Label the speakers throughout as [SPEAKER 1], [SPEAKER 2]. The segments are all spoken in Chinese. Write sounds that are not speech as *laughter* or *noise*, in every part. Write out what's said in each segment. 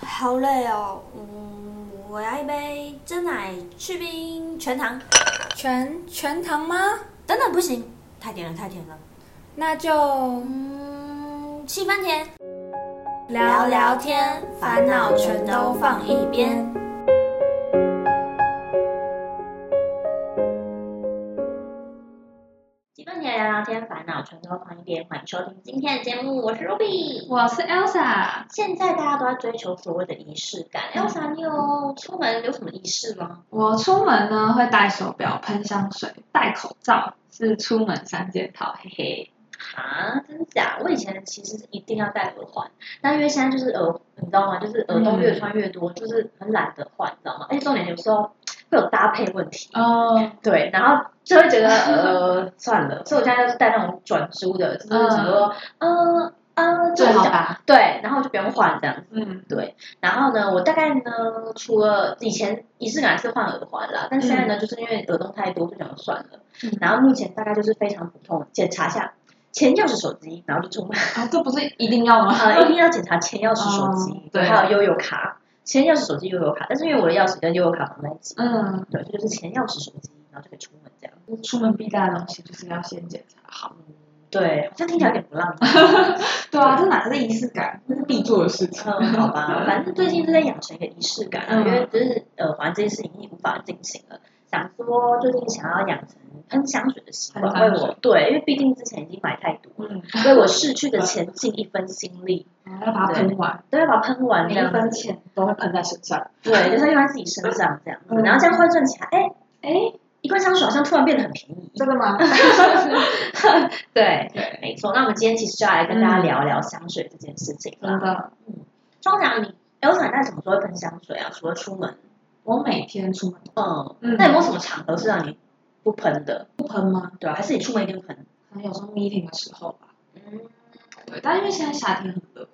[SPEAKER 1] 好累哦，嗯，我要一杯真奶去冰全糖。
[SPEAKER 2] 全全糖吗？
[SPEAKER 1] 等等，不行，太甜了，太甜了。
[SPEAKER 2] 那就
[SPEAKER 1] 嗯，七分甜。
[SPEAKER 2] 聊聊天，烦恼全都放一边。
[SPEAKER 3] 几分钱聊聊天，烦恼全都放一边。欢迎收听今天的节目，我是 Ruby。
[SPEAKER 4] 我是 Elsa，
[SPEAKER 3] 现在大家都在追求所谓的仪式感。Elsa，你
[SPEAKER 4] 嗯
[SPEAKER 3] 有出门有什么仪式吗？
[SPEAKER 4] 我出门呢会戴手表、喷香水、戴口罩，是出门三件套。嘿嘿，
[SPEAKER 3] 啊，真假？我以前其实是一定要戴耳环，但因为现在就是耳，你知道吗？就是耳洞越穿越多，就是很懒得换，你知
[SPEAKER 4] 嗯
[SPEAKER 3] 道吗？而且重点有时候会有搭配问题。
[SPEAKER 4] 哦，
[SPEAKER 3] 对，然后就会觉得呃算了，所以我现在就是戴那种转珠的，就是想说呃呃
[SPEAKER 4] 嗯最好
[SPEAKER 3] 这种
[SPEAKER 4] 吧。
[SPEAKER 3] 对，然后就不用换这样子。
[SPEAKER 4] 嗯，
[SPEAKER 3] 对，然后呢，我大概呢，除了以前仪式感是换耳环啦，但现在呢，就是因为耳洞太多，就想算了。
[SPEAKER 4] 嗯
[SPEAKER 3] 然后目前大概就是非常普通，检查一下前钥匙、手机，然后就出门。
[SPEAKER 4] 啊，这不是一定要吗？ *laughs*
[SPEAKER 3] 呃，一定要检查前钥匙、手机，
[SPEAKER 4] 哦对
[SPEAKER 3] 还有悠游卡。前钥匙、手机、悠游卡，但是因为我的钥匙跟悠游卡绑在一起，
[SPEAKER 4] 嗯，
[SPEAKER 3] 对，这就是前钥匙、手机，然后就可以出门这样。
[SPEAKER 4] 出门必带的东西就是要先检查好。
[SPEAKER 3] 嗯，对，好像听起来有点不浪漫。
[SPEAKER 4] 对啊，这哪是仪式感？这是必做的事情。 *laughs*
[SPEAKER 3] 嗯，好吧，反正最近是在养成一个仪式感啊，
[SPEAKER 4] 嗯
[SPEAKER 3] 因为就是耳环这件事情已经无法进行了，想说最近想要养成喷香水的习惯，
[SPEAKER 4] 喷香
[SPEAKER 3] 为
[SPEAKER 4] 水
[SPEAKER 3] 我对，因为毕竟之前已经买太多了，
[SPEAKER 4] 嗯，
[SPEAKER 3] 为我逝去的前进一分心力，
[SPEAKER 4] 然后嗯要把它喷完，
[SPEAKER 3] 都要把它喷完
[SPEAKER 4] 每
[SPEAKER 3] 这
[SPEAKER 4] 一
[SPEAKER 3] 样
[SPEAKER 4] 分
[SPEAKER 3] 子，
[SPEAKER 4] 钱都会喷在身上。
[SPEAKER 3] 对，就是用在自己身上这样子，
[SPEAKER 4] 嗯
[SPEAKER 3] 然后这样换算起来，哎，
[SPEAKER 4] 哎，
[SPEAKER 3] 一罐香水好像突然变得很便宜，
[SPEAKER 4] 真的吗？
[SPEAKER 3] 对，
[SPEAKER 4] *laughs* 对，嗯
[SPEAKER 3] 没错。那我们今天其实就要来跟大家聊聊香水这件事情
[SPEAKER 4] 真
[SPEAKER 3] 啦。
[SPEAKER 4] 的，
[SPEAKER 3] 通常你 Elsa 那什么时候会喷香水啊？除了出门？
[SPEAKER 4] 我每天出门都
[SPEAKER 3] 嗯，
[SPEAKER 4] 嗯
[SPEAKER 3] 那有没有什么场合是让你不喷的？
[SPEAKER 4] 不喷吗？
[SPEAKER 3] 对啊，还是你出门一定喷？
[SPEAKER 4] 可能有时候 meeting 的时候吧。
[SPEAKER 3] 嗯，
[SPEAKER 4] 对，但因为现在夏天很热，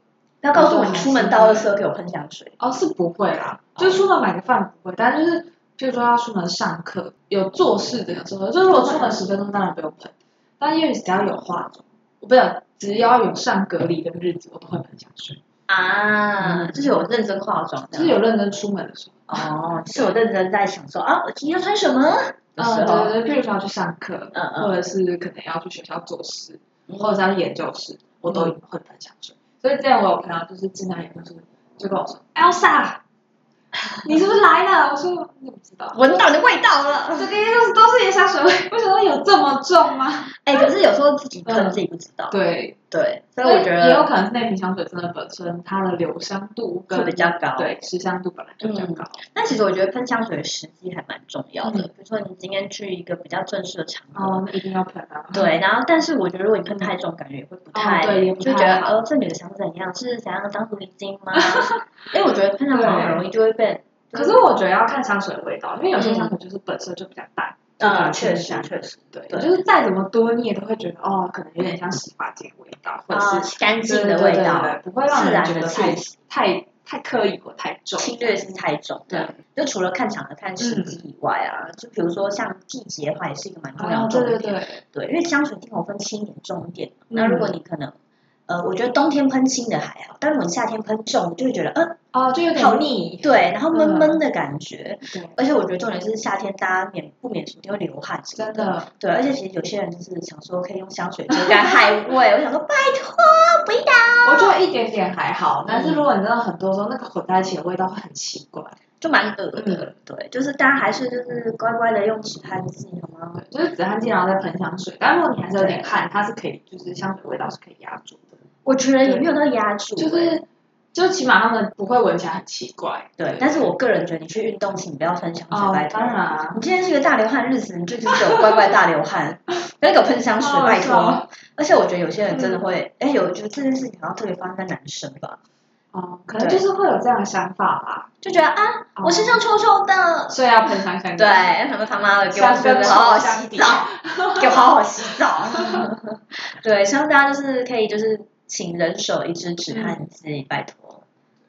[SPEAKER 3] 不要告诉我你出门到的时候给我喷香水。
[SPEAKER 4] 哦，是不会啦，就是出门买个饭不会，但就是譬如说要出门上课，有做事的时候，就是我出门十分钟当然不用喷，但因为只要有化妆，我不是只要有上隔离的日子，我都会喷香水，
[SPEAKER 3] 啊，
[SPEAKER 4] 嗯
[SPEAKER 3] 就是有认真化妆这
[SPEAKER 4] 就是
[SPEAKER 3] 样。
[SPEAKER 4] 有认真出门的时候。
[SPEAKER 3] 哦，就是有认真在想说啊，我今天要穿什么的时
[SPEAKER 4] 嗯，
[SPEAKER 3] 候。
[SPEAKER 4] 对对对，譬如说要去上课，
[SPEAKER 3] 嗯嗯
[SPEAKER 4] 或者是可能要去学校做事，
[SPEAKER 3] 嗯
[SPEAKER 4] 或者是要去研究室，我都会喷香水。所以之前我有朋友就是进来，就是就跟我说，Elsa，你是不是来了？我说你怎么知道？
[SPEAKER 3] 闻到你的味道 *laughs* 了，
[SPEAKER 4] 这边都是都是你的香水味，为什么有这么重吗？
[SPEAKER 3] 哎、可是有时候自己喷
[SPEAKER 4] 嗯
[SPEAKER 3] 自己不知道，
[SPEAKER 4] 对，
[SPEAKER 3] 对，所以我觉
[SPEAKER 4] 也有
[SPEAKER 3] 得
[SPEAKER 4] 可能是那瓶香水真的本身它的留香度
[SPEAKER 3] 会
[SPEAKER 4] 跟
[SPEAKER 3] 比较高。，
[SPEAKER 4] 对持香度本来就比较高，
[SPEAKER 3] 但其实我觉得喷香水的时机还蛮重要的，
[SPEAKER 4] 嗯
[SPEAKER 3] 比如说你今天去一个比较正式的场合，
[SPEAKER 4] 哦，那一定要喷啊。
[SPEAKER 3] 嗯对，然后但是我觉得如果你喷太重，感觉也会不太，
[SPEAKER 4] 哦对也不
[SPEAKER 3] 就
[SPEAKER 4] 太
[SPEAKER 3] 觉得
[SPEAKER 4] 好
[SPEAKER 3] 呃这女的想怎样，是想要当狐狸精吗？ *laughs* 因为我觉得喷上好像很容易就会被，
[SPEAKER 4] 可是我觉得要看香水的味道，因为有些香水就是本身就比较淡，就比较
[SPEAKER 3] 嗯，
[SPEAKER 4] 清
[SPEAKER 3] 确实
[SPEAKER 4] 香。
[SPEAKER 3] 确实，
[SPEAKER 4] 对，
[SPEAKER 3] 对
[SPEAKER 4] 就是再怎么多，你也都会觉得哦，可能有点像洗发精的味道，或者
[SPEAKER 3] 啊
[SPEAKER 4] 是，
[SPEAKER 3] 干净
[SPEAKER 4] 对
[SPEAKER 3] 的
[SPEAKER 4] 对
[SPEAKER 3] 味
[SPEAKER 4] 对
[SPEAKER 3] 道，
[SPEAKER 4] 对不会让
[SPEAKER 3] 自
[SPEAKER 4] 人
[SPEAKER 3] 然
[SPEAKER 4] 觉
[SPEAKER 3] 的
[SPEAKER 4] 得太
[SPEAKER 3] 气息，
[SPEAKER 4] 太太刻意或太重。
[SPEAKER 3] 侵略性太重。
[SPEAKER 4] 对，
[SPEAKER 3] 就除了看场合、看时机以外啊，就比如说像季节化也是一个蛮重要
[SPEAKER 4] 哦
[SPEAKER 3] 的，重
[SPEAKER 4] 对
[SPEAKER 3] 点。
[SPEAKER 4] 对
[SPEAKER 3] 对，
[SPEAKER 4] 对，
[SPEAKER 3] 因为香水一定有分轻一点、重一点嘛。
[SPEAKER 4] 嗯
[SPEAKER 3] 那如果你可能，呃，我觉得冬天喷轻的还好，但如果你夏天喷重，你就会觉得，嗯，
[SPEAKER 4] 哦，就有
[SPEAKER 3] 好
[SPEAKER 4] 点腻。
[SPEAKER 3] 对，然后闷
[SPEAKER 4] 嗯
[SPEAKER 3] 闷的感觉。
[SPEAKER 4] 对，
[SPEAKER 3] 而且我觉得重点是夏天大家免不免俗，一定会流汗什么
[SPEAKER 4] 真。的。
[SPEAKER 3] 对，而且其实有些人就是想说可以用香水遮盖害味，我想说拜托不要。
[SPEAKER 4] 我觉得一点点还好，但是如果你真的很多时候，那个混在一起的味道会很奇怪，
[SPEAKER 3] 就蛮恶的，对，就是大家还是就是乖乖的用止汗剂，好吗？
[SPEAKER 4] 对，就是止汗剂然后再喷香水，但如果你还是有点汗，它是可以，就是香水味道是可以压住的，
[SPEAKER 3] 我觉得也没有到压住，欸
[SPEAKER 4] 就是就起码他们不会闻起来很奇怪，
[SPEAKER 3] 对。但是我个人觉得你去运动，请不要喷香水，
[SPEAKER 4] 哦
[SPEAKER 3] 拜，托
[SPEAKER 4] 当。然啊，
[SPEAKER 3] 你今天是一个大流汗日子，你就只有乖乖大流 *laughs* 汗，不要给我喷香水，
[SPEAKER 4] 哦
[SPEAKER 3] 拜
[SPEAKER 4] 是
[SPEAKER 3] 托
[SPEAKER 4] 哦。
[SPEAKER 3] 而且我觉得有些人真的会，哎，有就是这件事情好像特别发生在男生吧，
[SPEAKER 4] 哦，可能就是会有这样的想法吧，哦
[SPEAKER 3] 就觉得啊，我身上臭臭的，
[SPEAKER 4] 所以要喷啊香香
[SPEAKER 3] 对，
[SPEAKER 4] 水，
[SPEAKER 3] 他们他妈的给我
[SPEAKER 4] 香
[SPEAKER 3] 真
[SPEAKER 4] 跟
[SPEAKER 3] 的好好
[SPEAKER 4] 臭
[SPEAKER 3] 洗
[SPEAKER 4] 相比，
[SPEAKER 3] 澡，给我好好洗 *laughs* 澡。对，希望大家就是可以就是请人手一支止汗剂，拜托。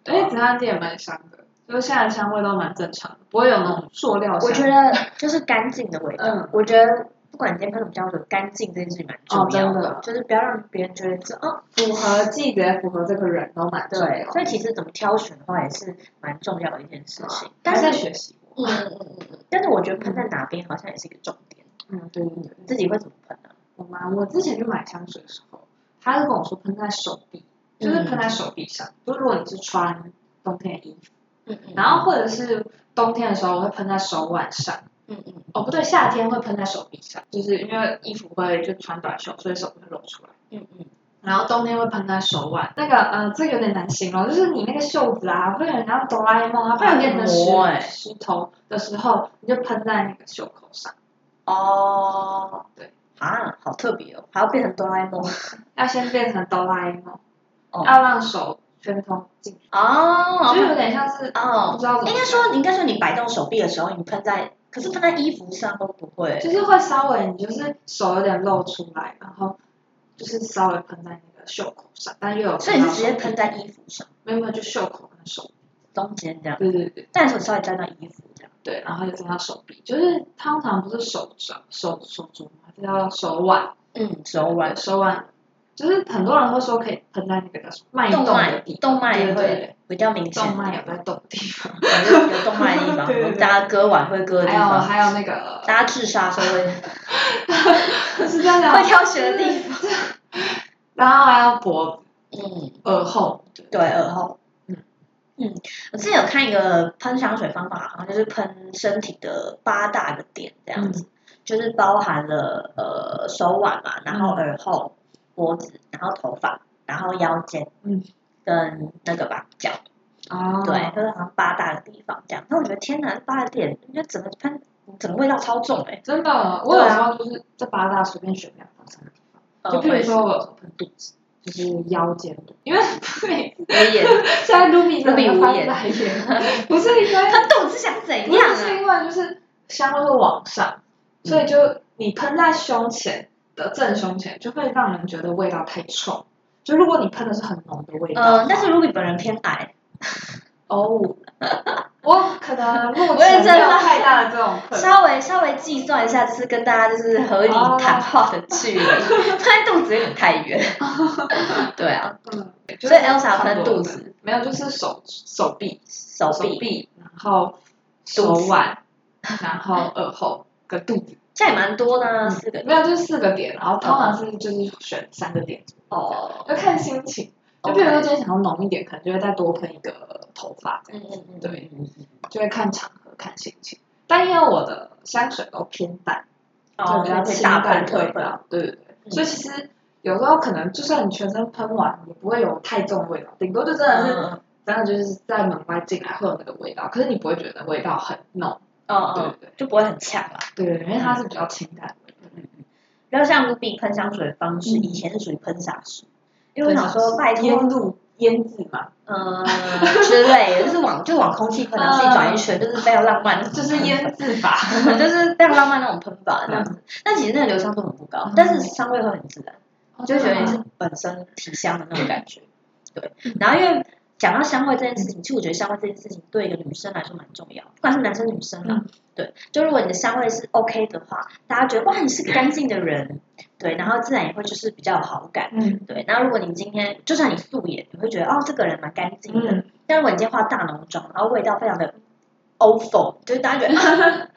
[SPEAKER 4] 因为止汗剂也蛮香的，就是现在的香味都蛮正常的，不会有那种塑料香，
[SPEAKER 3] 我觉得就是干净的味道，
[SPEAKER 4] 嗯
[SPEAKER 3] 我觉得。不管你今天穿什么交流，干净这件事情蛮
[SPEAKER 4] 哦，
[SPEAKER 3] 重要
[SPEAKER 4] 真的，
[SPEAKER 3] 就是不要让别人觉得这哦，
[SPEAKER 4] 符合季节，符合这个人都蛮重要
[SPEAKER 3] 对，
[SPEAKER 4] 的。
[SPEAKER 3] 所以其实怎么挑选的话也是蛮重要的一件事情。但
[SPEAKER 4] 还在
[SPEAKER 3] 是，
[SPEAKER 4] 学习。
[SPEAKER 3] 嗯嗯嗯嗯，但是我觉得喷在哪边好像也是一个重点，
[SPEAKER 4] 嗯，对对对
[SPEAKER 3] 你。自己会怎么喷呢、
[SPEAKER 4] 我妈，我之前去买香水的时候，她是跟我说喷在手臂，就是
[SPEAKER 3] 嗯
[SPEAKER 4] 喷在手臂上。就如果你是穿冬天的衣服，
[SPEAKER 3] 嗯嗯
[SPEAKER 4] 然后或者是冬天的时候，我会喷在手腕上。
[SPEAKER 3] 嗯嗯
[SPEAKER 4] 哦，不对，夏天会喷在手臂上，就是因为衣服会就穿短袖，所以手会露出来。
[SPEAKER 3] 嗯嗯，
[SPEAKER 4] 然后冬天会喷在手腕，那个呃，这个有点难形容，就是你那个袖子啊，会有人家哆啦 A 梦啊，不然变成石
[SPEAKER 3] 很磨欸
[SPEAKER 4] 石头的时候，你就喷在那个袖口上，
[SPEAKER 3] 哦，
[SPEAKER 4] 对，
[SPEAKER 3] 啊，好特别哦，还要变成哆啦 A 梦
[SPEAKER 4] 要先变成哆啦 A 梦，
[SPEAKER 3] 哦
[SPEAKER 4] 要让手全通进
[SPEAKER 3] *laughs*
[SPEAKER 4] 去，
[SPEAKER 3] 哦
[SPEAKER 4] 就有点像是不
[SPEAKER 3] 哦，
[SPEAKER 4] 知道怎么，
[SPEAKER 3] 应该说，应该说你摆动手臂的时候，你喷在，可是喷在衣服上会不会？
[SPEAKER 4] 就是会稍微你就是手有点露出来，然后就是稍微喷在那个袖口上，但又有
[SPEAKER 3] 所以你是直接喷在衣服上，
[SPEAKER 4] 没有没有就袖口跟手，
[SPEAKER 3] 中间这样，
[SPEAKER 4] 对对对
[SPEAKER 3] 但是稍微沾到衣服这样。
[SPEAKER 4] 对，然后又沾到手臂，就是通常不是手掌手手肘嘛，这叫手腕。
[SPEAKER 3] 嗯，手
[SPEAKER 4] 腕，
[SPEAKER 3] 腕、
[SPEAKER 4] 手腕，就是很多人会说可以喷在那个叫什么脉
[SPEAKER 3] 动
[SPEAKER 4] 的
[SPEAKER 3] 脉
[SPEAKER 4] 地、方，
[SPEAKER 3] 动脉
[SPEAKER 4] 对
[SPEAKER 3] 也
[SPEAKER 4] 对
[SPEAKER 3] 会
[SPEAKER 4] 对
[SPEAKER 3] 比较明显，
[SPEAKER 4] 动脉有在动的地方，
[SPEAKER 3] 反正有动脉的 *laughs* 地方，
[SPEAKER 4] 对对对
[SPEAKER 3] 大家割腕会割的地
[SPEAKER 4] 还有
[SPEAKER 3] 方，
[SPEAKER 4] 还有
[SPEAKER 3] *laughs*
[SPEAKER 4] 那个
[SPEAKER 3] 大家自杀的时候 *laughs* 会
[SPEAKER 4] 是这样讲，
[SPEAKER 3] 会挑选的地方。
[SPEAKER 4] *laughs* 然后还有脖子、
[SPEAKER 3] 嗯，
[SPEAKER 4] 耳后，
[SPEAKER 3] 对，耳后。
[SPEAKER 4] 嗯
[SPEAKER 3] 嗯，我之前有看一个喷香水方法，好像就是喷身体的八大个点这样
[SPEAKER 4] 嗯
[SPEAKER 3] 子，就是包含了呃手腕嘛，然
[SPEAKER 4] 嗯
[SPEAKER 3] 后耳后、脖子，然后头发，然后腰间，
[SPEAKER 4] 嗯，
[SPEAKER 3] 跟那个吧脚，
[SPEAKER 4] 哦，
[SPEAKER 3] 对，，就是好像八大个地方这样。那我觉得天哪，八大点，你就整个喷，整个味道超重哎、
[SPEAKER 4] 真的，我有时候就是这八大随便选两到三个地
[SPEAKER 3] 欸，
[SPEAKER 4] 方，就譬如
[SPEAKER 3] 呃，
[SPEAKER 4] 哦说我有时候喷肚子，就是腰间部，因为 *laughs* 每次
[SPEAKER 3] 我也是 *laughs* 我也
[SPEAKER 4] 现在 Lumi
[SPEAKER 3] 露比
[SPEAKER 4] 真的
[SPEAKER 3] 无
[SPEAKER 4] 翻
[SPEAKER 3] 言
[SPEAKER 4] 白眼， *laughs* 不是
[SPEAKER 3] *laughs*
[SPEAKER 4] 因为
[SPEAKER 3] 喷肚子想怎
[SPEAKER 4] 不是
[SPEAKER 3] 样
[SPEAKER 4] 是
[SPEAKER 3] 啊？嗯
[SPEAKER 4] 因为就是香都会往上，所以就你喷在胸前的正胸前，就会让人觉得味道太臭。就如果你喷的是很浓的味道，
[SPEAKER 3] 呃，但是如果你本人偏矮，
[SPEAKER 4] 哦，我可能目
[SPEAKER 3] 我也
[SPEAKER 4] 前
[SPEAKER 3] 真
[SPEAKER 4] 没
[SPEAKER 3] 的
[SPEAKER 4] 有太大的这种
[SPEAKER 3] *laughs*
[SPEAKER 4] 困扰。
[SPEAKER 3] 稍微稍微计算一下，就是跟大家就是合理谈话的距 *laughs* 离，喷肚子有点太 *laughs* 远。对啊，
[SPEAKER 4] 嗯，就
[SPEAKER 3] 所
[SPEAKER 4] 是
[SPEAKER 3] 以 Elsa 喷肚子、
[SPEAKER 4] 没有，就是手手臂、
[SPEAKER 3] 手
[SPEAKER 4] 手
[SPEAKER 3] 臂，
[SPEAKER 4] 臂，然后手腕，然后耳后跟肚子，
[SPEAKER 3] 这样也蛮多的啊，四个
[SPEAKER 4] 没有，就是四个点，然后通常是就是选三个点
[SPEAKER 3] 哦。
[SPEAKER 4] 要看心情。就比如说今天想要浓一点，可能就会再多喷一个头发这
[SPEAKER 3] 嗯
[SPEAKER 4] 样子，
[SPEAKER 3] 嗯嗯，
[SPEAKER 4] 对，就会看场合、看心情。但因为我的香水都偏淡，就
[SPEAKER 3] 哦，
[SPEAKER 4] 比
[SPEAKER 3] 那
[SPEAKER 4] 较
[SPEAKER 3] 可以
[SPEAKER 4] 清
[SPEAKER 3] 大
[SPEAKER 4] 淡
[SPEAKER 3] 喷
[SPEAKER 4] 的
[SPEAKER 3] 特
[SPEAKER 4] 味
[SPEAKER 3] 喷，
[SPEAKER 4] 道，对对对。
[SPEAKER 3] 嗯
[SPEAKER 4] 所以其实有时候可能就算你全身喷完，也不会有太重的味道，顶多就真的是，
[SPEAKER 3] 嗯
[SPEAKER 4] 真的就是在门外进来会有那个味道，可是你不会觉得味道很浓，
[SPEAKER 3] 嗯
[SPEAKER 4] 对
[SPEAKER 3] 嗯，
[SPEAKER 4] 对
[SPEAKER 3] 就不会很呛啦。
[SPEAKER 4] 对对对，因为它是比较清淡的味道。
[SPEAKER 3] 然后像 Ruby 喷香水的方式，
[SPEAKER 4] 嗯
[SPEAKER 3] 以前是属于喷洒式，因为我想说拜托
[SPEAKER 4] 腌入腌制嘛，
[SPEAKER 3] 呃之类的，就是往就往空气喷，然后自己转一圈，就是非常浪漫，
[SPEAKER 4] 呃就是腌制法，
[SPEAKER 3] *laughs* 就是非常浪漫那种喷法这样子。但其实那个流畅度很不高
[SPEAKER 4] 嗯，
[SPEAKER 3] 但是香味会很自然，就会觉得你
[SPEAKER 4] 也
[SPEAKER 3] 是本身体香的那
[SPEAKER 4] 嗯
[SPEAKER 3] 种感觉。对，然后因为讲到香味这件事情，其实我觉得香味这件事情对一个女生来说蛮重要，不管是男生女生
[SPEAKER 4] 嗯
[SPEAKER 3] 啊，对，就如果你的香味是 OK 的话，大家觉得哇你是个干净的人，对，然后自然也会就是比较有好感。
[SPEAKER 4] 嗯
[SPEAKER 3] 对，那如果你今天就算你素颜，你会觉得哦这个人蛮干净的，
[SPEAKER 4] 嗯。
[SPEAKER 3] 但如果你今天化大浓妆，然后味道非常的 awful，就是大家觉得、
[SPEAKER 4] *laughs*
[SPEAKER 3] 啊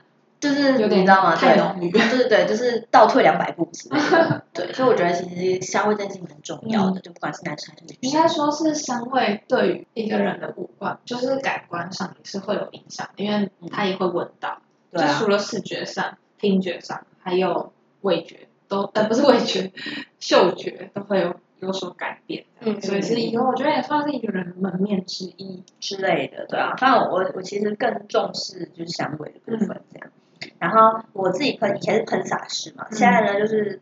[SPEAKER 3] 就是
[SPEAKER 4] 有点
[SPEAKER 3] 你知道吗？
[SPEAKER 4] 太
[SPEAKER 3] 对，
[SPEAKER 4] 浓
[SPEAKER 3] *laughs*
[SPEAKER 4] 郁。
[SPEAKER 3] 对对对，就是倒退两百步之类
[SPEAKER 4] *laughs*
[SPEAKER 3] 的。对，所以我觉得其实香味这件事情很重要的，就不管是男生还是女
[SPEAKER 4] 嗯应
[SPEAKER 3] 生。
[SPEAKER 4] 该说是香味对于一个人的五官，就是感官上也是会有影响，因为它也会闻到。
[SPEAKER 3] 嗯对
[SPEAKER 4] 就
[SPEAKER 3] 啊，
[SPEAKER 4] 除了视觉上、听觉上，还有味觉都，呃，不是味觉，嗅觉都会有有所改变。
[SPEAKER 3] 嗯
[SPEAKER 4] 所以是一个，我觉得也算是一个人的门面之一。
[SPEAKER 3] 之类的，对啊。反正我我我其实更重视就是香味的部
[SPEAKER 4] 嗯
[SPEAKER 3] 分这样。然后我自己喷以前是喷洒式嘛，
[SPEAKER 4] 嗯
[SPEAKER 3] 现在呢就是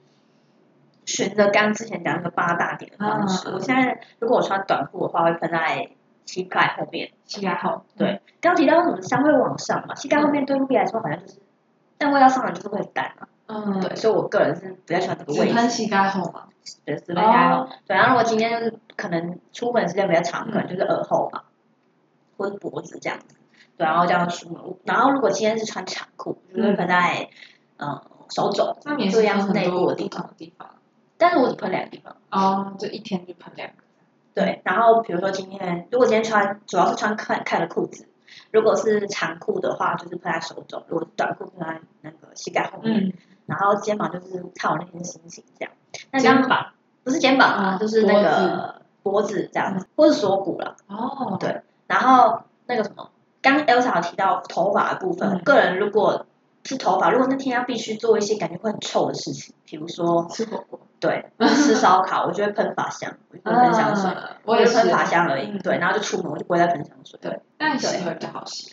[SPEAKER 3] 循着刚之前讲那个八大点的方式，
[SPEAKER 4] 嗯嗯
[SPEAKER 3] 我现在如果我穿短裤的话，会喷在膝盖后面。
[SPEAKER 4] 膝盖后，
[SPEAKER 3] 对，刚刚提到什么香会往上嘛，膝盖后面对 Ruby 来说好像就是，但味道上来就是会很淡嘛。
[SPEAKER 4] 嗯，
[SPEAKER 3] 对，所以我个人是比较喜欢这个
[SPEAKER 4] 只
[SPEAKER 3] 位置，
[SPEAKER 4] 喷膝盖后嘛，
[SPEAKER 3] 对，是应该哦。对，然后我今天就是可能出门时间比较长，可能就是耳后嘛，或者脖子这样子。对，然后这样出门。然后如果今天是穿长裤，就是会喷在呃手肘，
[SPEAKER 4] 那也
[SPEAKER 3] 这
[SPEAKER 4] 是
[SPEAKER 3] 样
[SPEAKER 4] 分
[SPEAKER 3] 啊内
[SPEAKER 4] 很
[SPEAKER 3] 部
[SPEAKER 4] 多
[SPEAKER 3] 的
[SPEAKER 4] 不
[SPEAKER 3] 地
[SPEAKER 4] 同
[SPEAKER 3] 方
[SPEAKER 4] 的地方。
[SPEAKER 3] 但是我只喷两个地方。
[SPEAKER 4] 哦，就一天就喷两个。
[SPEAKER 3] 对，然后比如说今天，如果今天穿主要是穿开开的裤子，如果是长裤的话，就是喷在手肘；如果是短裤，喷在那个膝盖后面。
[SPEAKER 4] 嗯，
[SPEAKER 3] 然后肩膀就是看我那天心情这样。那
[SPEAKER 4] 肩
[SPEAKER 3] 肩膀不是肩膀啊，
[SPEAKER 4] 嗯
[SPEAKER 3] 就是那个脖子这样子，或是锁骨了。
[SPEAKER 4] 哦，
[SPEAKER 3] 对然后那个什么，刚刚 Elsa 有提到头发的部分，
[SPEAKER 4] 嗯
[SPEAKER 3] 个人如果是头发，如果那天要必须做一些感觉会很臭的事情，比如说
[SPEAKER 4] 吃火锅， *laughs*
[SPEAKER 3] 对吃烧烤，我就会喷发香，我就不会喷香水。
[SPEAKER 4] 啊
[SPEAKER 3] 我
[SPEAKER 4] 我也
[SPEAKER 3] 就是喷发香而已，
[SPEAKER 4] 嗯
[SPEAKER 3] 对，然后就出门我就不会再喷香水。
[SPEAKER 4] 对，但洗会比较好洗。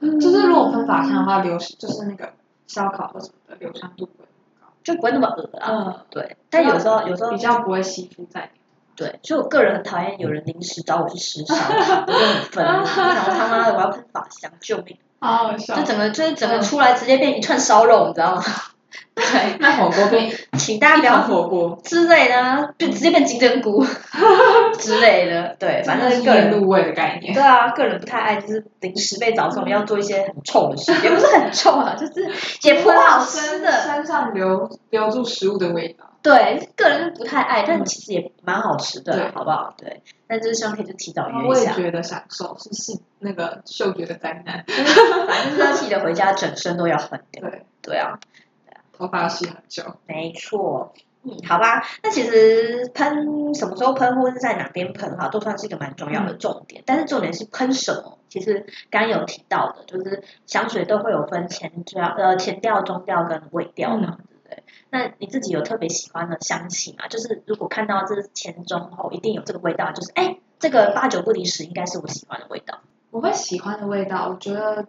[SPEAKER 4] 就是如果喷法香的话，流就是那个烧烤或什么的流香度不会
[SPEAKER 3] 就不会那么恶啊。
[SPEAKER 4] 嗯，
[SPEAKER 3] 对，但有时候有时候
[SPEAKER 4] 比较不会吸附在你。
[SPEAKER 3] 对，所以我个人很讨厌有人临时找我去吃烧烤，我就很愤怒，我想说他妈的我要喷法香，救命！
[SPEAKER 4] 好好笑
[SPEAKER 3] 就整个就是整个出来直接变一串烧肉，你知道吗？对，
[SPEAKER 4] 那火锅变一
[SPEAKER 3] 请大家不要
[SPEAKER 4] *laughs* 盘火锅，
[SPEAKER 3] 之类的啊，就直接变金针 *laughs* 菇之类的，对，反正
[SPEAKER 4] 是
[SPEAKER 3] 个
[SPEAKER 4] 面
[SPEAKER 3] 人。
[SPEAKER 4] 入味的概念。
[SPEAKER 3] 对啊，个人不太爱，就是临时被找上要做一些很臭的事， *laughs* 也不是很臭啊，就是也不好吃的。
[SPEAKER 4] 身上留留住食物的味道。
[SPEAKER 3] 对，个人是不太爱，但
[SPEAKER 4] 嗯
[SPEAKER 3] 其实也蛮好吃的啦，
[SPEAKER 4] 对
[SPEAKER 3] 好不好？对，但就是希望可以就提早
[SPEAKER 4] 然后
[SPEAKER 3] 约
[SPEAKER 4] 我
[SPEAKER 3] 哦一
[SPEAKER 4] 也
[SPEAKER 3] 下，
[SPEAKER 4] 觉得享受是性那个嗅觉的灾难，
[SPEAKER 3] 反正就是要记得回家整身都要换掉。
[SPEAKER 4] 对，
[SPEAKER 3] 对啊，
[SPEAKER 4] 头发要洗很久。
[SPEAKER 3] 没错。嗯，好吧，那其实喷什么时候喷，或是在哪边喷哈，都算是一个蛮重要的重点。但是重点是喷什么，其实刚刚有提到的，就是香水都会有分前调、呃前调、中调跟尾调嘛，对不对？那你自己有特别喜欢的香气吗？就是如果看到这是前中后一定有这个味道，就是哎，这个八九不离十，应该是我喜欢的味道。
[SPEAKER 4] 我会喜欢的味道，我觉得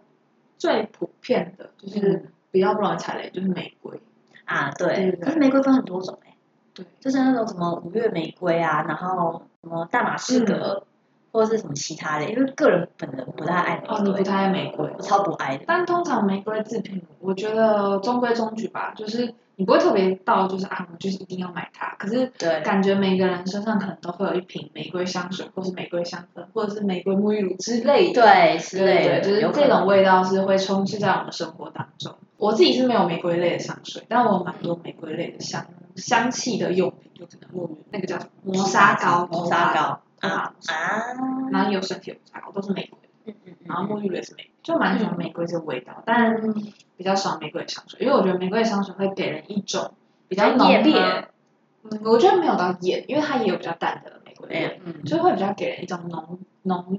[SPEAKER 4] 最普遍的就是比较不容易踩雷，就是玫瑰。
[SPEAKER 3] 啊，
[SPEAKER 4] 对
[SPEAKER 3] 对
[SPEAKER 4] 对。对
[SPEAKER 3] 可是玫瑰分很多种哎、
[SPEAKER 4] 对，
[SPEAKER 3] 就是那种什么五月玫瑰啊，然后什么大马士
[SPEAKER 4] 嗯
[SPEAKER 3] 革，或者是什么其他的，因为个人本人不太爱玫瑰，
[SPEAKER 4] 哦，你不太爱玫瑰，
[SPEAKER 3] 我超不爱的。
[SPEAKER 4] 但通常玫瑰制品，我觉得中规中矩吧，就是你不会特别到就是啊，我就是一定要买它。可是
[SPEAKER 3] 对
[SPEAKER 4] 感觉每个人身上可能都会有一瓶玫瑰香水，或是玫瑰香氛，或者是玫瑰沐浴乳之类的。
[SPEAKER 3] 对之类的，
[SPEAKER 4] 对，就是
[SPEAKER 3] 有可
[SPEAKER 4] 这
[SPEAKER 3] 能
[SPEAKER 4] 种味道是会充斥在我们生活当中。我自己是没有玫瑰类的香水，但我有蛮多玫瑰类的香香气的用品，就可能沐浴那个叫什么磨砂膏、
[SPEAKER 3] 磨砂膏
[SPEAKER 4] 头发
[SPEAKER 3] 啊
[SPEAKER 4] 磨砂膏、
[SPEAKER 3] 啊，
[SPEAKER 4] 然后也有身体有磨砂膏，都是玫瑰，
[SPEAKER 3] 嗯嗯
[SPEAKER 4] 然后
[SPEAKER 3] 嗯，
[SPEAKER 4] 沐浴露也是玫瑰，就蛮喜欢玫瑰这个味道，但
[SPEAKER 3] 嗯
[SPEAKER 4] 比较少玫瑰香水，因为我觉得玫瑰香水会给人一种比较
[SPEAKER 3] 很
[SPEAKER 4] 浓
[SPEAKER 3] 艳
[SPEAKER 4] 的
[SPEAKER 3] 烈，
[SPEAKER 4] 嗯，我觉得没有到艳，因为它也有比较淡的玫瑰味，
[SPEAKER 3] 嗯，
[SPEAKER 4] 就会比较给人一种浓浓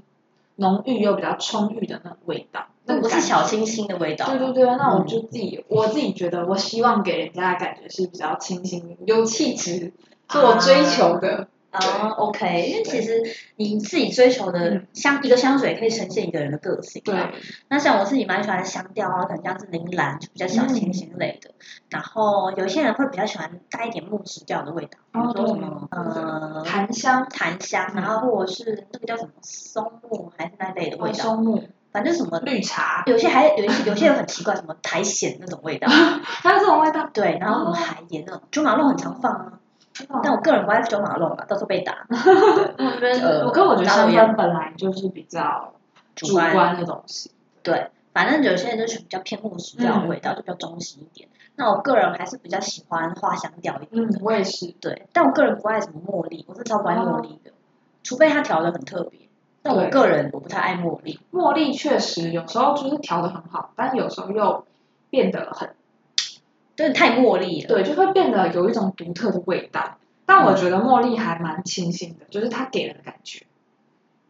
[SPEAKER 4] 浓郁又比较充裕的那种味道。
[SPEAKER 3] 那
[SPEAKER 4] 种
[SPEAKER 3] 哦不是
[SPEAKER 4] 感觉
[SPEAKER 3] 小清新的味道，
[SPEAKER 4] 对对对，那我就自己、我自己觉得，我希望给人家的感觉是比较清新、有气质，是我追求的。
[SPEAKER 3] 啊，OK，因为其实你自己追求的
[SPEAKER 4] 嗯
[SPEAKER 3] 香一个香水可以呈现一个人的个性，
[SPEAKER 4] 对，，
[SPEAKER 3] 那像我自己蛮喜欢香调啊，可能像是铃兰，就比较小清新类的。然后有些人会比较喜欢带一点木质调的味道，比如说
[SPEAKER 4] 哦对
[SPEAKER 3] 什么呃
[SPEAKER 4] 檀香、
[SPEAKER 3] 檀香，然后或者是那个叫什么松木还是那类的味道，
[SPEAKER 4] 哦松木、
[SPEAKER 3] 反正什么
[SPEAKER 4] 绿茶，
[SPEAKER 3] 有些还有一些有些人很奇怪，什么苔藓那种味
[SPEAKER 4] *laughs*
[SPEAKER 3] 道，
[SPEAKER 4] 还有这种味道，
[SPEAKER 3] 对，然后什
[SPEAKER 4] 哦
[SPEAKER 3] 么海盐那种，九马龙很常放啊，
[SPEAKER 4] 真的哦
[SPEAKER 3] 但我个人不爱九马龙啊，到时候被打。
[SPEAKER 4] 嗯我觉
[SPEAKER 3] 呃
[SPEAKER 4] 得，我跟我觉得
[SPEAKER 3] 大
[SPEAKER 4] 香
[SPEAKER 3] 卫一样
[SPEAKER 4] 氛本来就是比较
[SPEAKER 3] 主
[SPEAKER 4] 主
[SPEAKER 3] 观
[SPEAKER 4] 观的东西。
[SPEAKER 3] 对，反正有些人就是比较偏木质
[SPEAKER 4] 嗯
[SPEAKER 3] 调的味道，就比较中性一点。那我个人还是比较喜欢花香调一点。
[SPEAKER 4] 嗯，我也是。
[SPEAKER 3] 对，但我个人不爱什么茉莉，我是超不爱茉莉的，除非它调的很特别。但我
[SPEAKER 4] 哦对
[SPEAKER 3] 个人我不太爱茉莉，
[SPEAKER 4] 茉莉确实有时候就是调的很好，但有时候又变得很
[SPEAKER 3] 真的嗯太茉莉了。
[SPEAKER 4] 对，就会变得有一种独特的味道。但我觉得茉莉还蛮清新的，就是它给人的感觉。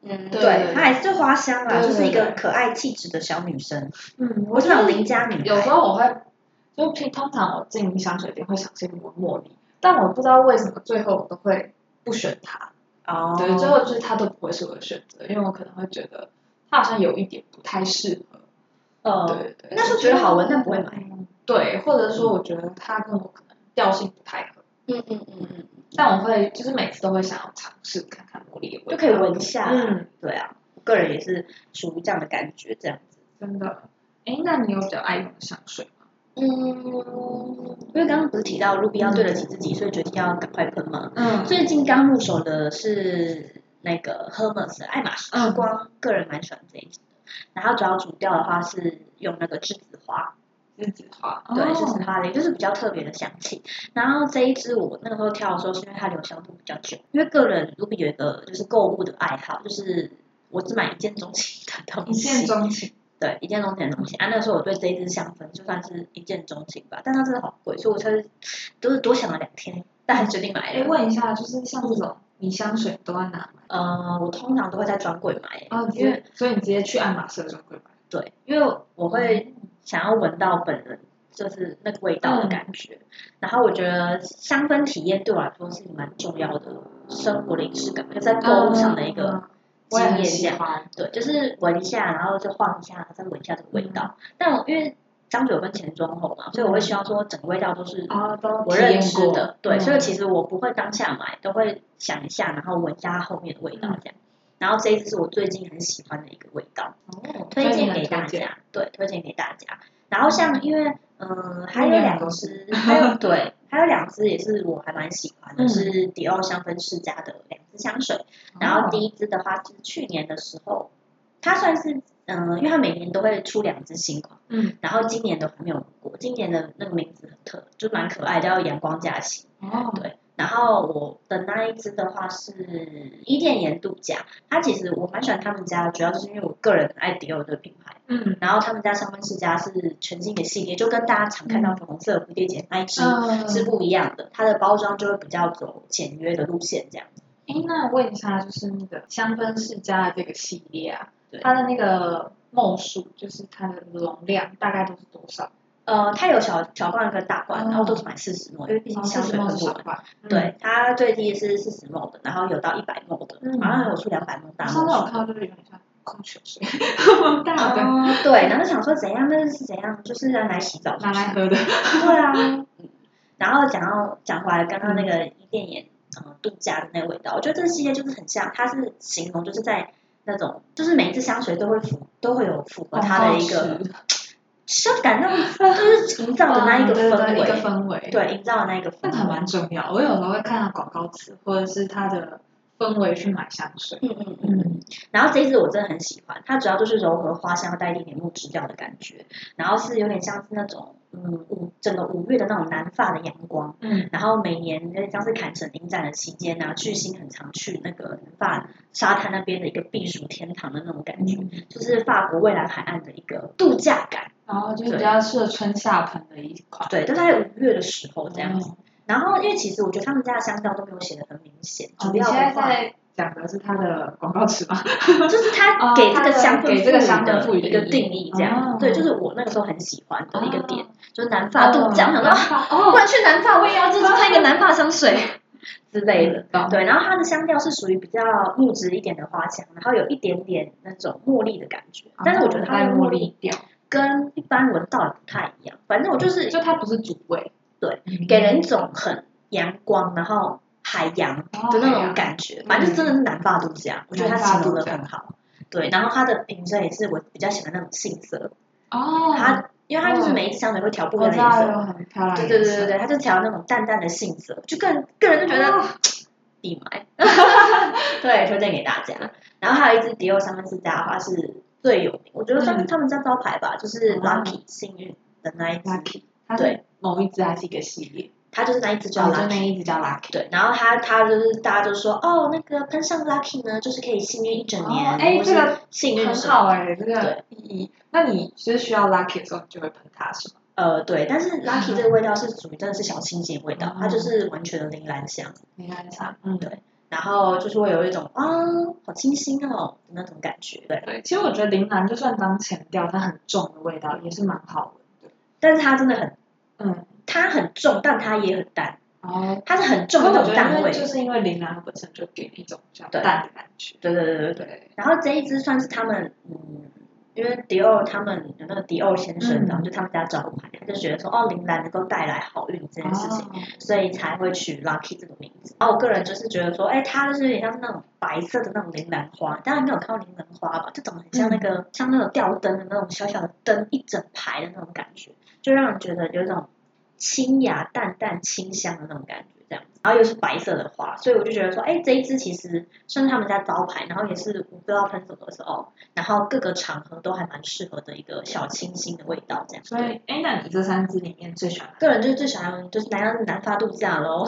[SPEAKER 3] 嗯，
[SPEAKER 4] 对
[SPEAKER 3] 对，它还是就花香啦，
[SPEAKER 4] 对对
[SPEAKER 3] 就是一个
[SPEAKER 4] 对
[SPEAKER 3] 可爱气质的小女生，
[SPEAKER 4] 嗯，
[SPEAKER 3] 我是那种邻家女孩。
[SPEAKER 4] 有时候我会，就平通常我进香水店会想先闻茉莉，但我不知道为什么最后我都会不选它。
[SPEAKER 3] 哦，
[SPEAKER 4] 对，最后就是它都不会是我的选择，因为我可能会觉得它好像有一点不太适合。
[SPEAKER 3] 呃，
[SPEAKER 4] 对对，
[SPEAKER 3] 那是觉得好闻但不会买
[SPEAKER 4] 嗯对，或者说我觉得它跟我可能调性不太合，
[SPEAKER 3] 嗯嗯嗯嗯，
[SPEAKER 4] 但我会就是每次都会想要尝试看看茉莉的味
[SPEAKER 3] 就
[SPEAKER 4] 道。
[SPEAKER 3] 可以闻一下。
[SPEAKER 4] 嗯，
[SPEAKER 3] 对啊，我个人也是属于这样的感觉，这样子。
[SPEAKER 4] 真的。哎，那你有比较爱用的香水吗？
[SPEAKER 3] 嗯，因为刚刚不是提到 Ruby 要对得起自己，所以决定要赶快喷嘛。
[SPEAKER 4] 嗯
[SPEAKER 3] 最近刚入手的是那个 Hermes 爱马仕之
[SPEAKER 4] 嗯
[SPEAKER 3] 光，个人蛮喜欢这一支的。然后主要主调的话是用那个栀子花，
[SPEAKER 4] 栀子花，
[SPEAKER 3] 对，是十八类，就是比较特别的香气。然后这一支我那个时候挑的时候，是因为它留香度比较久。因为个人如果有一个就是购物的爱好，就是我只买一件中情的东
[SPEAKER 4] 一
[SPEAKER 3] 西，
[SPEAKER 4] 见钟情。
[SPEAKER 3] *laughs* 对，一见钟情的东西啊。那时候我对这一支香氛就算是一见钟情吧，但它真的好贵，所以我才都是多想了两天，但还是决定买
[SPEAKER 4] 哎，
[SPEAKER 3] 了。
[SPEAKER 4] 问一下，就是像这种你香水都在哪买？
[SPEAKER 3] 呃，我通常都会在专柜买，
[SPEAKER 4] 哦，直
[SPEAKER 3] 因为
[SPEAKER 4] 接，所以你直接去爱马仕的专柜买。
[SPEAKER 3] 对，因为我会
[SPEAKER 4] 嗯
[SPEAKER 3] 想要闻到本人就是那个味道的感觉。然后我觉得香氛体验对我来说是蛮重要的生活的仪式感，就在购物上的一个
[SPEAKER 4] 嗯
[SPEAKER 3] 经
[SPEAKER 4] 我也
[SPEAKER 3] 验
[SPEAKER 4] 很
[SPEAKER 3] 这
[SPEAKER 4] 喜
[SPEAKER 3] 样。
[SPEAKER 4] 欢。
[SPEAKER 3] 对，就是闻一下，然后就晃一下，再闻一下这个味道。
[SPEAKER 4] 嗯
[SPEAKER 3] 但我因为香水有分前中后嘛，所以我会希望说整个味道都是
[SPEAKER 4] 啊，都
[SPEAKER 3] 我
[SPEAKER 4] 体
[SPEAKER 3] 认
[SPEAKER 4] 验
[SPEAKER 3] 知
[SPEAKER 4] 过
[SPEAKER 3] 的，对，所以
[SPEAKER 4] 嗯
[SPEAKER 3] 其实我不会当下买，都会想一下，然后闻一下它后面的味道
[SPEAKER 4] 嗯
[SPEAKER 3] 这样。然后这一支是我最近很喜欢的一个味道，
[SPEAKER 4] 哦
[SPEAKER 3] 推
[SPEAKER 4] 所以你
[SPEAKER 3] 荐
[SPEAKER 4] 很
[SPEAKER 3] 给大
[SPEAKER 4] 推荐
[SPEAKER 3] 家，对，推荐给大家。然后像因为嗯、呃还有
[SPEAKER 4] 因为两
[SPEAKER 3] 两
[SPEAKER 4] 个 *laughs*
[SPEAKER 3] 支，还有对，还有两支也是我还蛮喜欢的，
[SPEAKER 4] 嗯
[SPEAKER 3] 是迪奥香氛世家的两支香水。然后
[SPEAKER 4] 哦
[SPEAKER 3] 第一支的话是去年的时候，它算是嗯、呃因为它每年都会出两支新款。
[SPEAKER 4] 嗯，
[SPEAKER 3] 然后今年的还没有闻过，今年的那个名字很特，就蛮可爱，叫阳光假期。
[SPEAKER 4] 哦，
[SPEAKER 3] 对，然后我的那一支的话是伊甸园度假，它其实我蛮喜欢他们家的，主要就是因为我个人很爱迪奥的品牌，
[SPEAKER 4] 嗯
[SPEAKER 3] 然后他们家香氛世家是全新的系列，就跟大家常看到粉红色的蝴蝶结那一支
[SPEAKER 4] 嗯，
[SPEAKER 3] 是不一样的，它的包装就会比较走简约的路线这样。
[SPEAKER 4] 哎，那问一下，就是那个香氛世家的这个系列啊
[SPEAKER 3] 对，
[SPEAKER 4] 它的那个梦数，就是它的容量大概都是多少？
[SPEAKER 3] 呃，它有小小罐跟大罐，
[SPEAKER 4] 哦
[SPEAKER 3] 然后都是买四十因为毕竟香
[SPEAKER 4] 四
[SPEAKER 3] 水
[SPEAKER 4] 十
[SPEAKER 3] 很
[SPEAKER 4] 多哦是
[SPEAKER 3] 不
[SPEAKER 4] 小
[SPEAKER 3] 完。
[SPEAKER 4] 罐。嗯，
[SPEAKER 3] 对，它最低是四十 ml 的，然后有到一百 ml 的，
[SPEAKER 4] 嗯
[SPEAKER 3] 好像有出两百 ml 大
[SPEAKER 4] 我
[SPEAKER 3] ml
[SPEAKER 4] 上次
[SPEAKER 3] 数。
[SPEAKER 4] 有看到就是有点像矿
[SPEAKER 3] *laughs*
[SPEAKER 4] 泉水，很大的，
[SPEAKER 3] 哦，对，然后想说怎样，那是怎样，就是要来洗澡，
[SPEAKER 4] 拿来喝的。
[SPEAKER 3] 对
[SPEAKER 4] *laughs*
[SPEAKER 3] 啊。嗯然后讲到讲回来，刚刚那个
[SPEAKER 4] 嗯
[SPEAKER 3] 伊甸园呃度假的那个味道，我觉得这个系列就是很像，它是形容就是在那种，就是每一支香水都会符都会有符合它的一个就感，那种就是营造的那一个
[SPEAKER 4] 嗯 *laughs* 对对
[SPEAKER 3] 氛
[SPEAKER 4] 对一个
[SPEAKER 3] 围，
[SPEAKER 4] 氛围，，
[SPEAKER 3] 对，营造的那一个氛
[SPEAKER 4] 那还蛮
[SPEAKER 3] 围。
[SPEAKER 4] 重要。我有时候会看到广告词或者是它的氛围去买香水。
[SPEAKER 3] 嗯嗯嗯。然后这一支我真的很喜欢，它主要就是柔和花香，带一点点木质调的感觉，然后是有点像是那种嗯五整个五月的那种南法的阳光，
[SPEAKER 4] 嗯
[SPEAKER 3] 然后每年有点像是坎城影展的期间啊，巨星很常去那个南法沙滩那边的一个避暑天堂的那种感觉，
[SPEAKER 4] 嗯，
[SPEAKER 3] 就是法国蔚蓝海岸的一个度假感，
[SPEAKER 4] 然后就是
[SPEAKER 3] 对
[SPEAKER 4] 比较适合春夏盆的一款。
[SPEAKER 3] 对，都在五月的时候这样子。
[SPEAKER 4] 哦
[SPEAKER 3] 然后因为其实我觉得他们家的香调都没有写的很明显，
[SPEAKER 4] 哦，
[SPEAKER 3] 主
[SPEAKER 4] 你
[SPEAKER 3] 要
[SPEAKER 4] 现在
[SPEAKER 3] 的话
[SPEAKER 4] 在讲的是它的广告词
[SPEAKER 3] *laughs*
[SPEAKER 4] 吗？
[SPEAKER 3] 就是他给这个香氛
[SPEAKER 4] 哦给这个香氛
[SPEAKER 3] 的
[SPEAKER 4] 赋予
[SPEAKER 3] 一个
[SPEAKER 4] 的意义
[SPEAKER 3] 定义，这样、
[SPEAKER 4] 哦
[SPEAKER 3] 对，就是我那个时候很喜欢的一个点，就是南法
[SPEAKER 4] 法
[SPEAKER 3] 度假，我想说，
[SPEAKER 4] 哦，
[SPEAKER 3] 不然去南法我也要就是喷一个南法香
[SPEAKER 4] *laughs*
[SPEAKER 3] 水之类的。
[SPEAKER 4] 懂
[SPEAKER 3] 对，然后它的香调是属于比较木质一点的花香，然后有一点点那种茉莉的感觉，但是我觉得它
[SPEAKER 4] 带
[SPEAKER 3] 的茉
[SPEAKER 4] 哦茉
[SPEAKER 3] 莉
[SPEAKER 4] 莉调，
[SPEAKER 3] 跟一般闻到也不太一样，反正我就是
[SPEAKER 4] 就它不是主味，
[SPEAKER 3] 对
[SPEAKER 4] 嗯，
[SPEAKER 3] 给人一种很阳光，然后海洋
[SPEAKER 4] 哦
[SPEAKER 3] 的那种
[SPEAKER 4] 海洋嗯
[SPEAKER 3] 感觉，反正就真的是南法度假，我觉得它形容的很
[SPEAKER 4] 啊
[SPEAKER 3] 好。对，然后它的瓶身也是我比较喜欢那种杏色，
[SPEAKER 4] 哦，
[SPEAKER 3] 它因为它就是
[SPEAKER 4] 嗯
[SPEAKER 3] 每一支香水会调不一
[SPEAKER 4] 我
[SPEAKER 3] 样的
[SPEAKER 4] 知
[SPEAKER 3] 颜
[SPEAKER 4] 道
[SPEAKER 3] 色，
[SPEAKER 4] 有很漂亮的
[SPEAKER 3] 对
[SPEAKER 4] 颜色，
[SPEAKER 3] 对对对对，它就调那种淡淡的杏色，就个人个人就觉得
[SPEAKER 4] 哦
[SPEAKER 3] 必买， *laughs* 对，推荐给大家。然后还有一支迪奥香氛世家的话是最有名，我觉得算是
[SPEAKER 4] 嗯
[SPEAKER 3] 他们家招牌吧，就是
[SPEAKER 4] 哦
[SPEAKER 3] Lucky 幸运的那一支，
[SPEAKER 4] Lucky，它是
[SPEAKER 3] 对
[SPEAKER 4] 某一只还是一个系列，
[SPEAKER 3] 它就是那一支叫
[SPEAKER 4] 哦就
[SPEAKER 3] Lucky。
[SPEAKER 4] 那一只叫 Lucky。
[SPEAKER 3] 对，然后他他就是大家就说哦，那个喷上 Lucky 呢，就是可以幸运一整年，
[SPEAKER 4] 哦哎
[SPEAKER 3] 或是
[SPEAKER 4] 这个
[SPEAKER 3] 幸运
[SPEAKER 4] 很
[SPEAKER 3] 什么
[SPEAKER 4] 好哎、这个意义。那你就是需要 lucky 的时候，你就会喷它是吗？
[SPEAKER 3] 呃，对，但是 Lucky 这个味道是属于真的是小清新味道，
[SPEAKER 4] 哦
[SPEAKER 3] 它就是完全的铃兰香，
[SPEAKER 4] 你看它，嗯，
[SPEAKER 3] 对然后就是会有一种啊、好清新哦的那种感觉，对。
[SPEAKER 4] 对。其实我觉得铃兰就算当前调，它很重的味道也是蛮好闻的。
[SPEAKER 3] 但是它真的很，
[SPEAKER 4] 嗯，
[SPEAKER 3] 它很重，但它也很淡，
[SPEAKER 4] 哦，
[SPEAKER 3] 它是很重的
[SPEAKER 4] 可
[SPEAKER 3] 那
[SPEAKER 4] 我觉
[SPEAKER 3] 种
[SPEAKER 4] 得
[SPEAKER 3] 淡
[SPEAKER 4] 因为
[SPEAKER 3] 味，
[SPEAKER 4] 就是因为铃兰它本身就给你一种比较
[SPEAKER 3] 对
[SPEAKER 4] 淡的感觉。
[SPEAKER 3] 对对对对对。
[SPEAKER 4] 对，
[SPEAKER 3] 然后这一支算是他们，嗯，因为迪奥他们有那个迪奥先生，
[SPEAKER 4] 嗯
[SPEAKER 3] 然后就他们家招牌，他就觉得说哦，铃兰能够带来好运这件事情。
[SPEAKER 4] 哦
[SPEAKER 3] 所以才会取 Lucky 这个名字。啊然后我个人就是觉得说，哎，它就是有点像是那种白色的那种铃兰花，大家应该有看过铃兰花吧？就长得很像那个、
[SPEAKER 4] 嗯
[SPEAKER 3] 像那种吊灯的那种小小的灯，一整排的那种感觉，就让人觉得有一种清雅、淡淡清香的那种感觉。这样子，然后又是白色的花，所以我就觉得说，哎，这一支其实算是他们家招牌，然后也是我不知道喷什么时候，然后各个场合都还蛮适合的一个小清新的味道这样。
[SPEAKER 4] 所以，哎，那你这三支里面最喜欢哪一支？
[SPEAKER 3] 个人就是最喜欢就是南洋南发度假
[SPEAKER 4] *laughs*
[SPEAKER 3] 喽，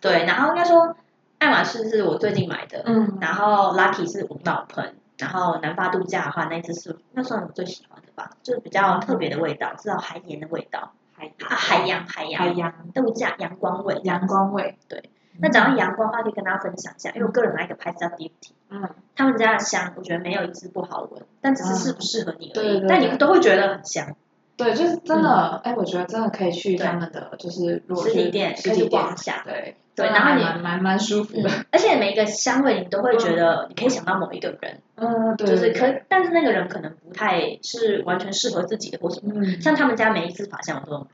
[SPEAKER 3] 对，然后应该说爱马仕是我最近买的，
[SPEAKER 4] 嗯
[SPEAKER 3] 然后 Lucky 是无脑喷，然后南发度假的话，那一只是那算我最喜欢的吧，就是比较特别的味道，至少海盐的味道
[SPEAKER 4] 嗯海
[SPEAKER 3] 啊，海洋海洋
[SPEAKER 4] 海洋
[SPEAKER 3] 度假阳光味。
[SPEAKER 4] 阳光味。
[SPEAKER 3] 对，那讲到阳光的话，可以跟大家分享一下，因为我个人买一个牌子叫 Beauty，
[SPEAKER 4] 嗯，
[SPEAKER 3] 他们家的香我觉得没有一支不好闻，但只是适不适合你而
[SPEAKER 4] 嗯对
[SPEAKER 3] 已，
[SPEAKER 4] 对
[SPEAKER 3] 但你
[SPEAKER 4] 对
[SPEAKER 3] 都会觉得很香。
[SPEAKER 4] 对，就是真
[SPEAKER 3] 嗯
[SPEAKER 4] 的，哎，我觉得真的可以去他们的，就是如果
[SPEAKER 3] 实
[SPEAKER 4] 是
[SPEAKER 3] 体店
[SPEAKER 4] 实
[SPEAKER 3] 可以
[SPEAKER 4] 体
[SPEAKER 3] 去
[SPEAKER 4] 店
[SPEAKER 3] 逛一下，
[SPEAKER 4] 对
[SPEAKER 3] 对
[SPEAKER 4] 真的
[SPEAKER 3] 然后
[SPEAKER 4] 还
[SPEAKER 3] 你
[SPEAKER 4] 蛮蛮蛮舒服的。
[SPEAKER 3] 嗯，而且每一个香味你都会觉得你可以想到某一个人，
[SPEAKER 4] 嗯，对，
[SPEAKER 3] 就是
[SPEAKER 4] 对
[SPEAKER 3] 可，但是那个人可能不太是完全适合自己的或什么。
[SPEAKER 4] 嗯，
[SPEAKER 3] 像他们家每一支法香我都有买，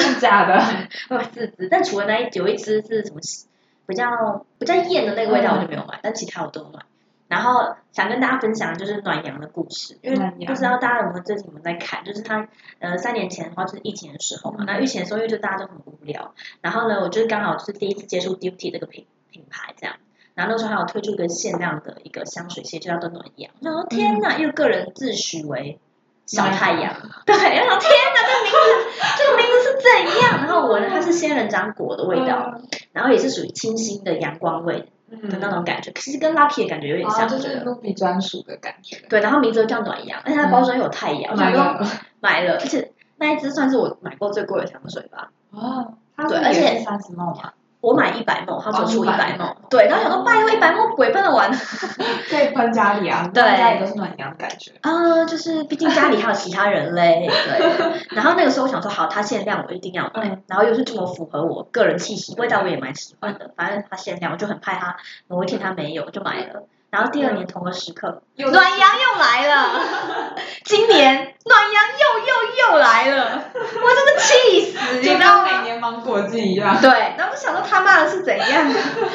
[SPEAKER 4] 真的假的？
[SPEAKER 3] 我有买四支，呃但除了那一有一支是什么比较比较艳的那个味道我就没有买，但其他我都有买。然后想跟大家分享就是暖阳的故事，因为
[SPEAKER 4] 暖阳
[SPEAKER 3] 不知道大家有没有最近有没有在看，就是他呃三年前的话就是疫情的时候
[SPEAKER 4] 嗯
[SPEAKER 3] 嘛，那疫情的时候因为就大家都很无聊，然后呢我就是刚好就是第一次接触 Duty 这个品品牌这样。然后那时候还有推出一个限量的一个香水鞋，就叫做暖阳。然
[SPEAKER 4] 嗯
[SPEAKER 3] 后天哪，因为个人自诩为小太阳， *laughs* 对，然后天哪，这名字这个名字是怎样？然后我呢，它是仙人掌果的味道，然后也是属于清新的阳光味
[SPEAKER 4] 嗯，
[SPEAKER 3] 的那种感觉，其实跟 Lucky 的感觉有点
[SPEAKER 4] 啊，
[SPEAKER 3] 像，
[SPEAKER 4] 就
[SPEAKER 3] 我觉
[SPEAKER 4] 是
[SPEAKER 3] 得。
[SPEAKER 4] Ruby 专属的感觉。
[SPEAKER 3] 对，然后名字又叫暖阳，而且它的包装有太阳，
[SPEAKER 4] 买
[SPEAKER 3] 买
[SPEAKER 4] 了
[SPEAKER 3] 了买了，而且那一支算是我买过最贵的香水吧。
[SPEAKER 4] 哦，它
[SPEAKER 3] 对
[SPEAKER 4] 是
[SPEAKER 3] 而且
[SPEAKER 4] 三十梦嘛，
[SPEAKER 3] 我买一百梦，它只出一百
[SPEAKER 4] 哦
[SPEAKER 3] 梦，对，然后想说拜托一百梦鬼喷得完，
[SPEAKER 4] 可以喷家里啊，
[SPEAKER 3] 对
[SPEAKER 4] 搬家里都是暖阳的感觉。
[SPEAKER 3] 啊、就是毕竟家里还有其他人嘞，对。然后那个时候我想说，好，它限量我一定要买，
[SPEAKER 4] 嗯
[SPEAKER 3] 然后又是这么符合我个人气息，味道我也蛮喜欢的，反正它限量，我就很怕它某一天它没有，我就买了。然后第二年同个时刻，
[SPEAKER 4] 又
[SPEAKER 3] 暖阳又来了，
[SPEAKER 4] *laughs*
[SPEAKER 3] 今年暖阳又又又来了，我真的气死，你
[SPEAKER 4] 就
[SPEAKER 3] 知道吗
[SPEAKER 4] 跟每？年芒果季一样。
[SPEAKER 3] 对，那我想说他妈的 *laughs* 是怎样？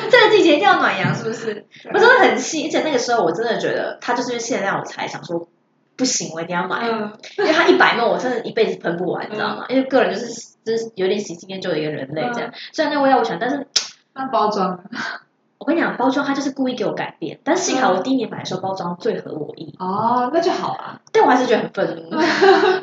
[SPEAKER 3] 这个季节一定要暖阳，是不是？我真的很气，而且那个时候我真的觉得它就是限量，我才想说不行，我一定要买，
[SPEAKER 4] 嗯，
[SPEAKER 3] 因为它一百梦我真的一辈子喷不完，你知道吗？因为个人就是就是有点喜新厌旧的一个人类这样，虽然那味道我喜欢，但是
[SPEAKER 4] 那包装
[SPEAKER 3] 我跟你讲，包装它就是故意给我改变，但幸好我第一年买的时候包装最合我意，
[SPEAKER 4] 哦，那就好啊。
[SPEAKER 3] 但我还是觉得很愤 *laughs* 怒。但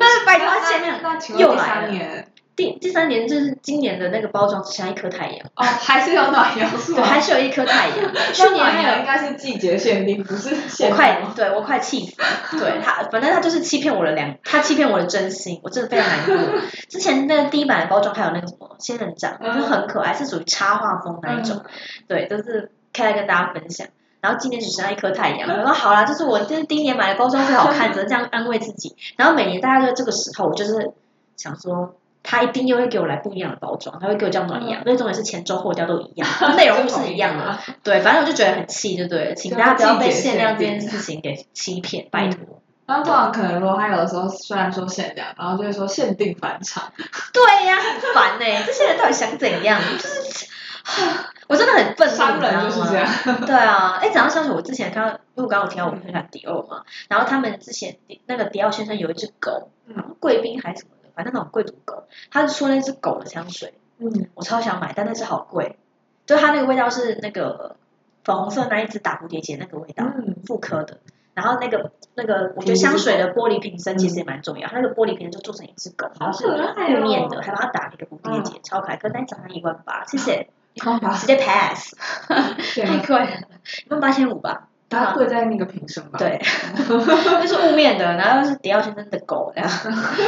[SPEAKER 3] 是拜托它限量，
[SPEAKER 4] 那请
[SPEAKER 3] 哎
[SPEAKER 4] 问
[SPEAKER 3] 又
[SPEAKER 4] 第
[SPEAKER 3] 来
[SPEAKER 4] 三
[SPEAKER 3] 了
[SPEAKER 4] 年
[SPEAKER 3] 第第三年就是今年的那个包装只像一颗太阳，
[SPEAKER 4] 哦，还是有暖阳啊是
[SPEAKER 3] 对，
[SPEAKER 4] 吗？
[SPEAKER 3] 还是有一颗 *laughs* 太阳。
[SPEAKER 4] *laughs*
[SPEAKER 3] 去
[SPEAKER 4] 那
[SPEAKER 3] 年嗯
[SPEAKER 4] 暖
[SPEAKER 3] 还有
[SPEAKER 4] 阳应该是季节限定，不是限
[SPEAKER 3] 我快
[SPEAKER 4] 量。
[SPEAKER 3] 对我快气死了，对他，反正他就是欺骗我的两，他欺骗我的真心，我真的非常难过。之前那个第一版的包装还有那个什么仙人掌，就
[SPEAKER 4] 嗯
[SPEAKER 3] 是很可爱，是属于插画风那一种，对，都是可以来跟大家分享。然后今年只剩下一颗太阳，我说好啦，就是我这是第一年买的包装最好看，只能这样安慰自己。然后每年大概就这个时候，我就是想说。他一定又会给我来不一样的包装，他会给我叫暖阳，因为重点是前中后调都一样，内容物是一样的，
[SPEAKER 4] 的。
[SPEAKER 3] 对，反正我就觉得很气，就对了，请
[SPEAKER 4] 就
[SPEAKER 3] 大家不
[SPEAKER 4] 是
[SPEAKER 3] 要
[SPEAKER 4] 季
[SPEAKER 3] 被
[SPEAKER 4] 节
[SPEAKER 3] 限
[SPEAKER 4] 限
[SPEAKER 3] 量这
[SPEAKER 4] 定嗯
[SPEAKER 3] 件事情给欺骗，拜托。
[SPEAKER 4] 然后不然可能如果他有的时候虽然说限量，然后就会说限定返场，
[SPEAKER 3] 对呀、很烦呢、这些人到底想怎样？就是，啊我真的很愤怒，
[SPEAKER 4] 商
[SPEAKER 3] 你知
[SPEAKER 4] 人
[SPEAKER 3] 道
[SPEAKER 4] 就是
[SPEAKER 3] 吗
[SPEAKER 4] 这样。
[SPEAKER 3] 对啊，哎，讲到香水，我之前看到，因为我刚刚有提到我很喜欢迪奥嘛，然后他们之前那个迪奥先生有一只狗，
[SPEAKER 4] 嗯
[SPEAKER 3] 贵宾还是什么的，反正那种贵族狗，他是出那只狗的香水，
[SPEAKER 4] 嗯，
[SPEAKER 3] 我超想买，但那只好贵，就它那个味道是那个粉红色那一只打蝴蝶结那个味道，
[SPEAKER 4] 嗯
[SPEAKER 3] 妇科的。然后那个那个，我觉得香水的玻璃瓶身其实也蛮重要，它那个玻璃瓶就做成一只狗，然
[SPEAKER 4] 嗯好
[SPEAKER 3] 后是
[SPEAKER 4] 可爱
[SPEAKER 3] 负
[SPEAKER 4] 哦。嗯
[SPEAKER 3] 面的，还把它打了一个蝴蝶结，超可爱。可是那早上一万八，谢
[SPEAKER 4] *laughs*
[SPEAKER 3] 谢，
[SPEAKER 4] 一万八
[SPEAKER 3] 直，接 pass，
[SPEAKER 4] *laughs* 对
[SPEAKER 3] 太
[SPEAKER 4] 啊，
[SPEAKER 3] 贵了，一万八千五
[SPEAKER 4] *laughs*
[SPEAKER 3] 吧。
[SPEAKER 4] 它贵在那个瓶身吧？
[SPEAKER 3] 对，那是雾面的，然后是迪奥先生的狗
[SPEAKER 4] *laughs*
[SPEAKER 3] 这样，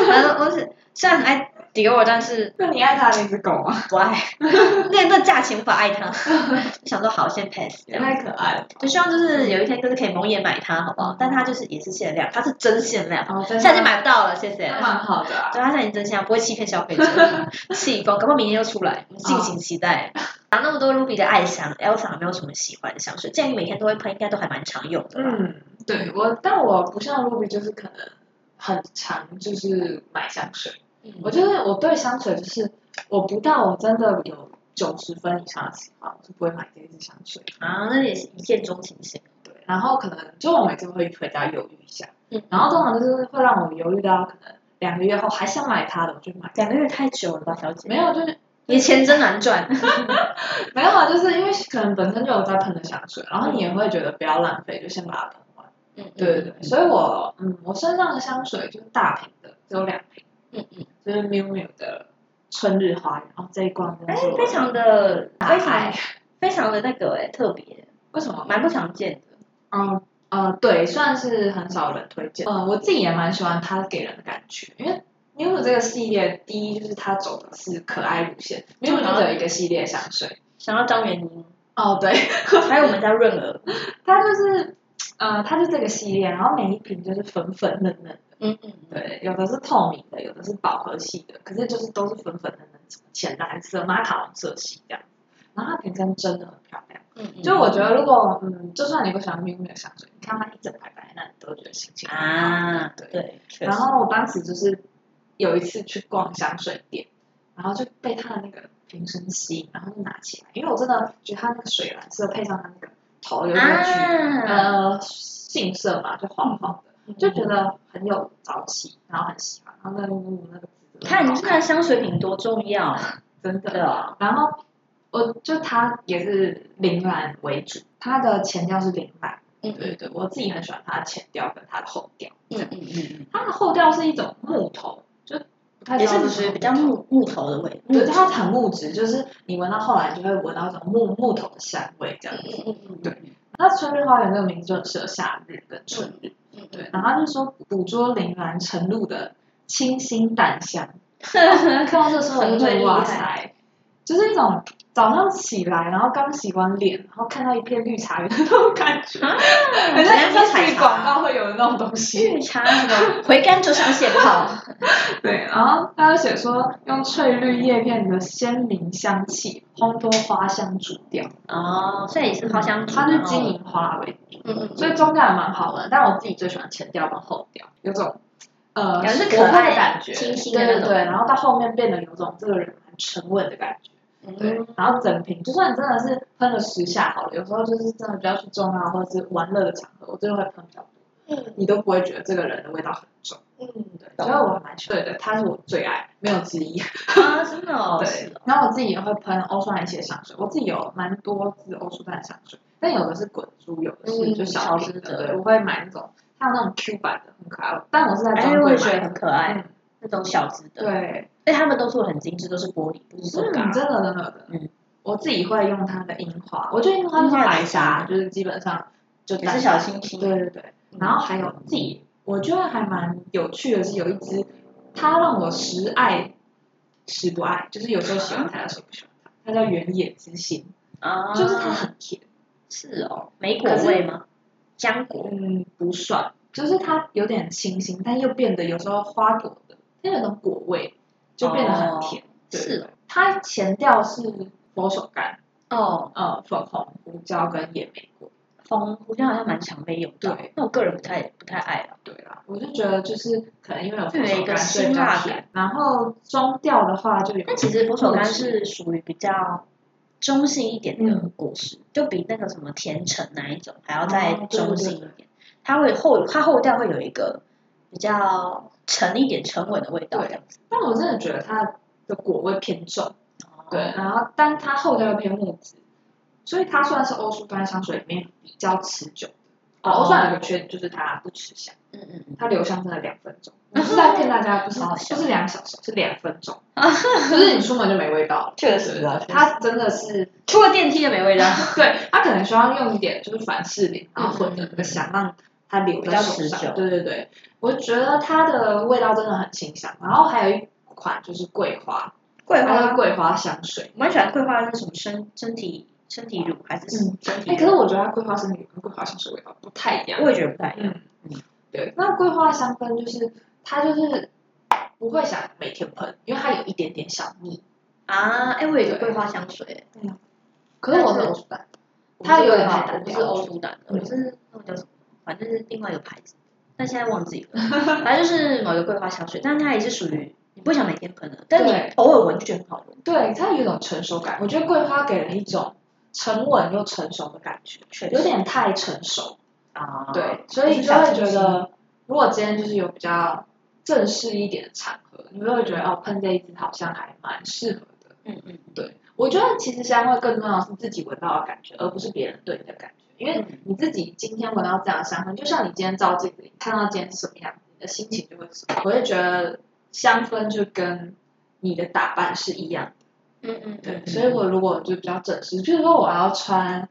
[SPEAKER 3] 然后我是虽然很爱迪奥，但是
[SPEAKER 4] 那你爱他那只狗吗？
[SPEAKER 3] 不爱，
[SPEAKER 4] *laughs*
[SPEAKER 3] 那那价钱无法爱它，想说好先 pass 这
[SPEAKER 4] 也
[SPEAKER 3] 样。
[SPEAKER 4] 太可爱了。
[SPEAKER 3] 就希望就是有一天就是可以蒙眼买它，好不好？但它就是也是限量，它是真限量，
[SPEAKER 4] 哦，
[SPEAKER 3] 现在就买不到了，谢谢。
[SPEAKER 4] 那蛮好的啊。
[SPEAKER 3] 对，它现在已经真限量，不会欺骗消费者，
[SPEAKER 4] *laughs*
[SPEAKER 3] 气疯，搞不好明天又出来，我们敬
[SPEAKER 4] 嗯
[SPEAKER 3] 请期待。讲那么多 Ruby 的爱香，Elsa 有没有什么喜欢的香水？建议每天都会喷，应该都还蛮常用的吧？
[SPEAKER 4] 嗯，对我，但我不像 Ruby，就是可能很常就是买香水。
[SPEAKER 3] 嗯
[SPEAKER 4] 我觉得我对香水就是，我不到我真的有九十分以上的喜好，我是不会买这一支香水。
[SPEAKER 3] 啊，那也是一见钟情型。
[SPEAKER 4] 对，然后可能就我每次会回家犹豫一下，
[SPEAKER 3] 嗯
[SPEAKER 4] 然后通常就是会让我犹豫到可能两个月后还想买它的，我就买。
[SPEAKER 3] 两个月太久了吧，小姐？
[SPEAKER 4] 没有，就是嗯
[SPEAKER 3] 你的钱真难赚。
[SPEAKER 4] 没有啊，就是因为可能本身就有在喷的香水，然后你也会觉得不要浪费，就先把它喷完。
[SPEAKER 3] *laughs* 嗯，
[SPEAKER 4] 对对对，所以我嗯，我身上的香水就是大瓶的，只有两瓶，
[SPEAKER 3] 嗯嗯，
[SPEAKER 4] 就是 miu miu 的春日花园，哦，这一罐真
[SPEAKER 3] 哎
[SPEAKER 4] 的是，我
[SPEAKER 3] 非常的
[SPEAKER 4] 大
[SPEAKER 3] 非常
[SPEAKER 4] 爱，
[SPEAKER 3] 非常的那个哎、特别，
[SPEAKER 4] 为什么？
[SPEAKER 3] 蛮不常见的。
[SPEAKER 4] 嗯呃，对，算是很少人推荐。嗯、我自己也蛮喜欢它给人的感觉，因为 miu miu 这个系列，第一就是它走的是可爱路线，miu miu 就只有一个系列香水。
[SPEAKER 3] 想到张元
[SPEAKER 4] *laughs*
[SPEAKER 3] 英，
[SPEAKER 4] 哦，对，
[SPEAKER 3] 还有我们家润儿，
[SPEAKER 4] 它就是，呃，它就这个系列，然后每一瓶就是粉粉嫩嫩的，
[SPEAKER 3] 嗯嗯，
[SPEAKER 4] 对，有的是透明的，有的是饱和系的，可是就是都是粉粉嫩嫩，什么浅蓝色、马卡龙色系这样。然后它瓶身真的很漂亮，
[SPEAKER 3] 嗯嗯，
[SPEAKER 4] 就我觉得如果嗯，就算你不喜欢 miu miu 的香水，你看它一整排摆在那里，你都觉得心情很好
[SPEAKER 3] 啊，
[SPEAKER 4] 对
[SPEAKER 3] 对，确
[SPEAKER 4] 然
[SPEAKER 3] 实，
[SPEAKER 4] 后我当时就是有一次去逛香水店，然后就被它的那个瓶身吸引，然后就拿起来，因为我真的觉得它那个水蓝色配上它那个头有点橘、
[SPEAKER 3] 啊，
[SPEAKER 4] 呃杏色嘛，就黄黄的，
[SPEAKER 3] 嗯
[SPEAKER 4] 就觉得很有朝气，然后很喜欢，然后那个嗯那个紫
[SPEAKER 3] 你看你
[SPEAKER 4] 很好
[SPEAKER 3] 这个香水品多重要，
[SPEAKER 4] 真的
[SPEAKER 3] 对啊，
[SPEAKER 4] 然后我就它也是铃兰为主，它的前调是铃兰，
[SPEAKER 3] 嗯
[SPEAKER 4] 对对，我自己很喜欢它的前调跟它的后调，
[SPEAKER 3] 嗯嗯嗯
[SPEAKER 4] 它的后调是一种木头，就不太
[SPEAKER 3] 嗯，
[SPEAKER 4] 知
[SPEAKER 3] 也
[SPEAKER 4] 道
[SPEAKER 3] 是
[SPEAKER 4] 什
[SPEAKER 3] 属
[SPEAKER 4] 么
[SPEAKER 3] 于比较
[SPEAKER 4] 头。
[SPEAKER 3] 木木头的味，
[SPEAKER 4] 对，它很木质，就是你闻到后来就会闻到一种木木头的香味这样子。
[SPEAKER 3] 嗯嗯，对，
[SPEAKER 4] 那春日花园这个名字就很适合夏日跟春日，
[SPEAKER 3] 嗯
[SPEAKER 4] 对。然后它就说捕捉铃兰晨露的清新
[SPEAKER 3] *laughs*
[SPEAKER 4] 淡香，
[SPEAKER 3] 对，
[SPEAKER 4] 看到这个时候我就觉
[SPEAKER 3] 很
[SPEAKER 4] 得
[SPEAKER 3] 厉
[SPEAKER 4] 哇
[SPEAKER 3] 害
[SPEAKER 4] 塞，就是一种早上起来，然后刚洗完脸，然后看到一片绿茶园的那种感觉，
[SPEAKER 3] 哎
[SPEAKER 4] 很像
[SPEAKER 3] 人家去
[SPEAKER 4] 去
[SPEAKER 3] 采
[SPEAKER 4] 广
[SPEAKER 3] 茶，
[SPEAKER 4] 告会有的那种东西。
[SPEAKER 3] 绿茶那种回甘就像现泡，
[SPEAKER 4] 对，然后他就写说用翠绿叶片的鲜明香气烘托花香主调，
[SPEAKER 3] *laughs* 哦，所以也是花香，哦
[SPEAKER 4] 它是金，银花为主，
[SPEAKER 3] 嗯嗯，
[SPEAKER 4] 所以中调还蛮好闻，但我自己最喜欢前调跟后调，有种呃
[SPEAKER 3] 感觉是
[SPEAKER 4] 活
[SPEAKER 3] 可
[SPEAKER 4] 泼
[SPEAKER 3] 爱
[SPEAKER 4] 的感觉，
[SPEAKER 3] 清新的那
[SPEAKER 4] 对对
[SPEAKER 3] 种
[SPEAKER 4] 对，然后到后面变得有种这个人很沉稳的感觉。
[SPEAKER 3] 嗯
[SPEAKER 4] 对，然后整瓶，就算你真的是喷了十下好了，有时候就是真的比较去中啊，或者是玩乐的场合，我真的会喷比较多，
[SPEAKER 1] 嗯
[SPEAKER 4] 你都不会觉得这个人的味道很重，
[SPEAKER 1] 嗯，
[SPEAKER 4] 对，所以我还蛮喜欢的，它是我最爱，没有之一。
[SPEAKER 3] 啊，真的哦，
[SPEAKER 4] 对，然后我自己也会喷欧舒丹一些香水，我自己有蛮多支欧舒丹的香水，但有的是滚珠，有的是
[SPEAKER 3] 嗯
[SPEAKER 4] 就小
[SPEAKER 3] 小
[SPEAKER 4] 瓶
[SPEAKER 3] 支
[SPEAKER 4] 的，
[SPEAKER 3] 的
[SPEAKER 4] 对，我会买那种像那种 Q 版的，很可爱，但我是在专
[SPEAKER 3] 哎，我
[SPEAKER 4] 柜
[SPEAKER 3] 也觉得
[SPEAKER 4] 买的，
[SPEAKER 3] 很可爱，
[SPEAKER 4] 嗯，
[SPEAKER 3] 那种小只的，
[SPEAKER 4] 对，
[SPEAKER 3] 对，他们都做的很精致，都是玻璃，不是塑
[SPEAKER 4] 嗯，
[SPEAKER 3] 胶，
[SPEAKER 4] 真的真的真的
[SPEAKER 3] 嗯，
[SPEAKER 4] 我自己会用它的樱花，我觉得樱花
[SPEAKER 3] 樱
[SPEAKER 4] 就
[SPEAKER 3] 花
[SPEAKER 4] 是
[SPEAKER 3] 也
[SPEAKER 4] 白
[SPEAKER 3] 是
[SPEAKER 4] 沙，就是基本上就
[SPEAKER 3] 也
[SPEAKER 4] 淡
[SPEAKER 3] 是小
[SPEAKER 4] 淡
[SPEAKER 3] 清新，
[SPEAKER 4] 对对对，
[SPEAKER 3] 嗯
[SPEAKER 4] 然后还有自己，我觉得还蛮有趣的是有一支，它让我时爱时不爱，就是有时候喜欢它，有时候不喜欢它，它叫原野之心，
[SPEAKER 3] 啊，
[SPEAKER 4] 就是它很甜，
[SPEAKER 3] 是哦，莓果
[SPEAKER 4] 可是
[SPEAKER 3] 味吗？浆果，
[SPEAKER 4] 嗯，不算，就是它有点清新，但又变得有时候花朵的，它有种果味，就变得很甜。对
[SPEAKER 3] 是哦
[SPEAKER 4] 它前调是佛手柑，
[SPEAKER 3] 哦，
[SPEAKER 4] 呃，粉红胡椒跟野莓果。
[SPEAKER 3] 红胡椒好像蛮常被用到，
[SPEAKER 4] 对
[SPEAKER 3] 那我个人不太不太爱了，
[SPEAKER 4] 对啦，我就觉得就是可能因为有
[SPEAKER 3] 就
[SPEAKER 4] 佛
[SPEAKER 3] 有
[SPEAKER 4] 手
[SPEAKER 3] 一个
[SPEAKER 4] 柑，所以比
[SPEAKER 3] 辛
[SPEAKER 4] 较
[SPEAKER 3] 辣
[SPEAKER 4] 甜。然后中调的话就有，
[SPEAKER 3] 但其实佛手柑是属于比较。中性一点的果实，就比那个什么甜橙那一种还要再
[SPEAKER 4] 嗯哦对对
[SPEAKER 3] 中性一点。它会后它后调会有一个比较沉一点、沉稳的味道，
[SPEAKER 4] 对
[SPEAKER 3] 这样子。
[SPEAKER 4] 但我真的觉得它的果味偏重，对，
[SPEAKER 3] 哦，
[SPEAKER 4] 然后但它后调又偏木质，所以它算是欧舒丹香水里面比较持久的。哦，欧舒丹有个缺点就是它不持香，
[SPEAKER 3] 嗯嗯嗯，
[SPEAKER 4] 它留香真的两
[SPEAKER 3] *laughs*
[SPEAKER 4] 分钟。我不是在骗大家，不是
[SPEAKER 3] 好
[SPEAKER 4] 不
[SPEAKER 3] 香
[SPEAKER 4] 是两
[SPEAKER 3] *laughs*
[SPEAKER 4] 小时，是两分钟，就是你出门就没味道了。
[SPEAKER 3] 确
[SPEAKER 4] 对
[SPEAKER 3] 实
[SPEAKER 4] 对
[SPEAKER 3] 啊确
[SPEAKER 4] 对，
[SPEAKER 3] 实
[SPEAKER 4] 它真的是
[SPEAKER 3] 出了电梯也没味道。
[SPEAKER 4] 对，它可能需要用一点就是凡士林，然后混着那个香，让它留在手
[SPEAKER 3] 比较持
[SPEAKER 4] 上。
[SPEAKER 3] 久
[SPEAKER 4] 对对对，我觉得它的味道真的很清香。然后还有一款就是桂花，
[SPEAKER 3] 桂
[SPEAKER 4] 它
[SPEAKER 3] 花
[SPEAKER 4] 的，桂花香水。
[SPEAKER 3] 哦我蛮喜欢桂花那什么身身体身体乳还是什么身体
[SPEAKER 4] 哎、
[SPEAKER 3] 乳？
[SPEAKER 4] 可是我觉得它桂花生理跟桂花香水味道不太一样。
[SPEAKER 3] 我也觉得不太一样。
[SPEAKER 4] 嗯嗯，对，那桂花香氛就是它就是不会想每天喷，因为它有一点点小腻。
[SPEAKER 3] 啊，哎，我有一个桂花香水，
[SPEAKER 4] 可是
[SPEAKER 3] 但是
[SPEAKER 4] 我是欧舒丹，它有点太
[SPEAKER 3] 好，
[SPEAKER 4] 单
[SPEAKER 3] 我不是哦欧
[SPEAKER 4] 调。
[SPEAKER 3] 舒丹的，我是那个叫什么，反正是另外一个牌子，但现在忘记了，反正就是某一个桂花香水，但它也是属于你不想每天喷的，但你
[SPEAKER 4] 对
[SPEAKER 3] 偶尔闻就觉得很好闻，
[SPEAKER 4] 对，它有一种成熟感。我觉得桂花给人一种沉稳又成熟的感觉。
[SPEAKER 3] 确实
[SPEAKER 4] 有点太成熟，
[SPEAKER 3] 啊，
[SPEAKER 4] 对，所以就会觉得，如果今天就是有比较正式一点的场合，你就会觉得哦，喷这一支好像还蛮适合的。
[SPEAKER 3] 嗯嗯，
[SPEAKER 4] 对，我觉得其实香味更重要的是自己闻到的感觉，而不是别人对你的感觉。因为
[SPEAKER 3] 嗯
[SPEAKER 4] 你自己今天闻到这样的香氛，就像你今天照镜子，你看到今天是什么样子，你的心情就会是什么。我会觉得香氛就跟你的打扮是一样的。
[SPEAKER 1] 嗯嗯
[SPEAKER 4] 对，所以我如果就比较正式，譬如说我要穿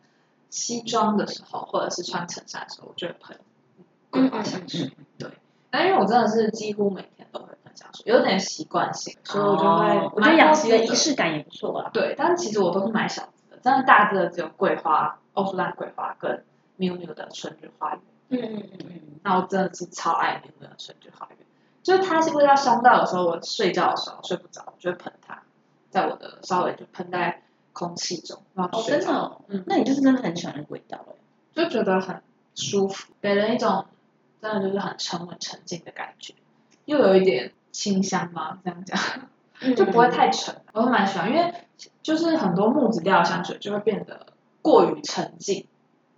[SPEAKER 4] 西装的时候，或者是穿衬衫的时候，我就会喷
[SPEAKER 3] 嗯
[SPEAKER 4] 桂花香水。对，那因为我真的是几乎每天都会喷香水，有点习惯性，所以我就会
[SPEAKER 3] 哦我觉得养
[SPEAKER 4] 习
[SPEAKER 3] 殖的仪。式感也不错啊。
[SPEAKER 4] 对，但其实我都是买小支的，真的大支的只有桂花、欧芙兰桂花跟 miu miu 的春日花园。
[SPEAKER 1] 嗯嗯嗯，
[SPEAKER 3] 嗯，
[SPEAKER 4] 那我真的是超爱 miu miu 的春日花园，就是它是味道香到有时候我睡觉的时候睡不着，我就会喷它，在我的稍微就喷在空气中，然后
[SPEAKER 3] 哦，
[SPEAKER 4] 就睡
[SPEAKER 3] 真的
[SPEAKER 4] 着。
[SPEAKER 3] 哦，
[SPEAKER 4] 嗯，
[SPEAKER 3] 那你就是真的很喜欢那个味道哎。
[SPEAKER 4] 就觉得很舒服，给人一种真的就是很沉稳沉静的感觉，又有一点清香嘛，这样讲
[SPEAKER 3] 嗯
[SPEAKER 4] 就不会太沉。我会蛮喜欢，因为就是很多木质调的香水就会变得过于沉静，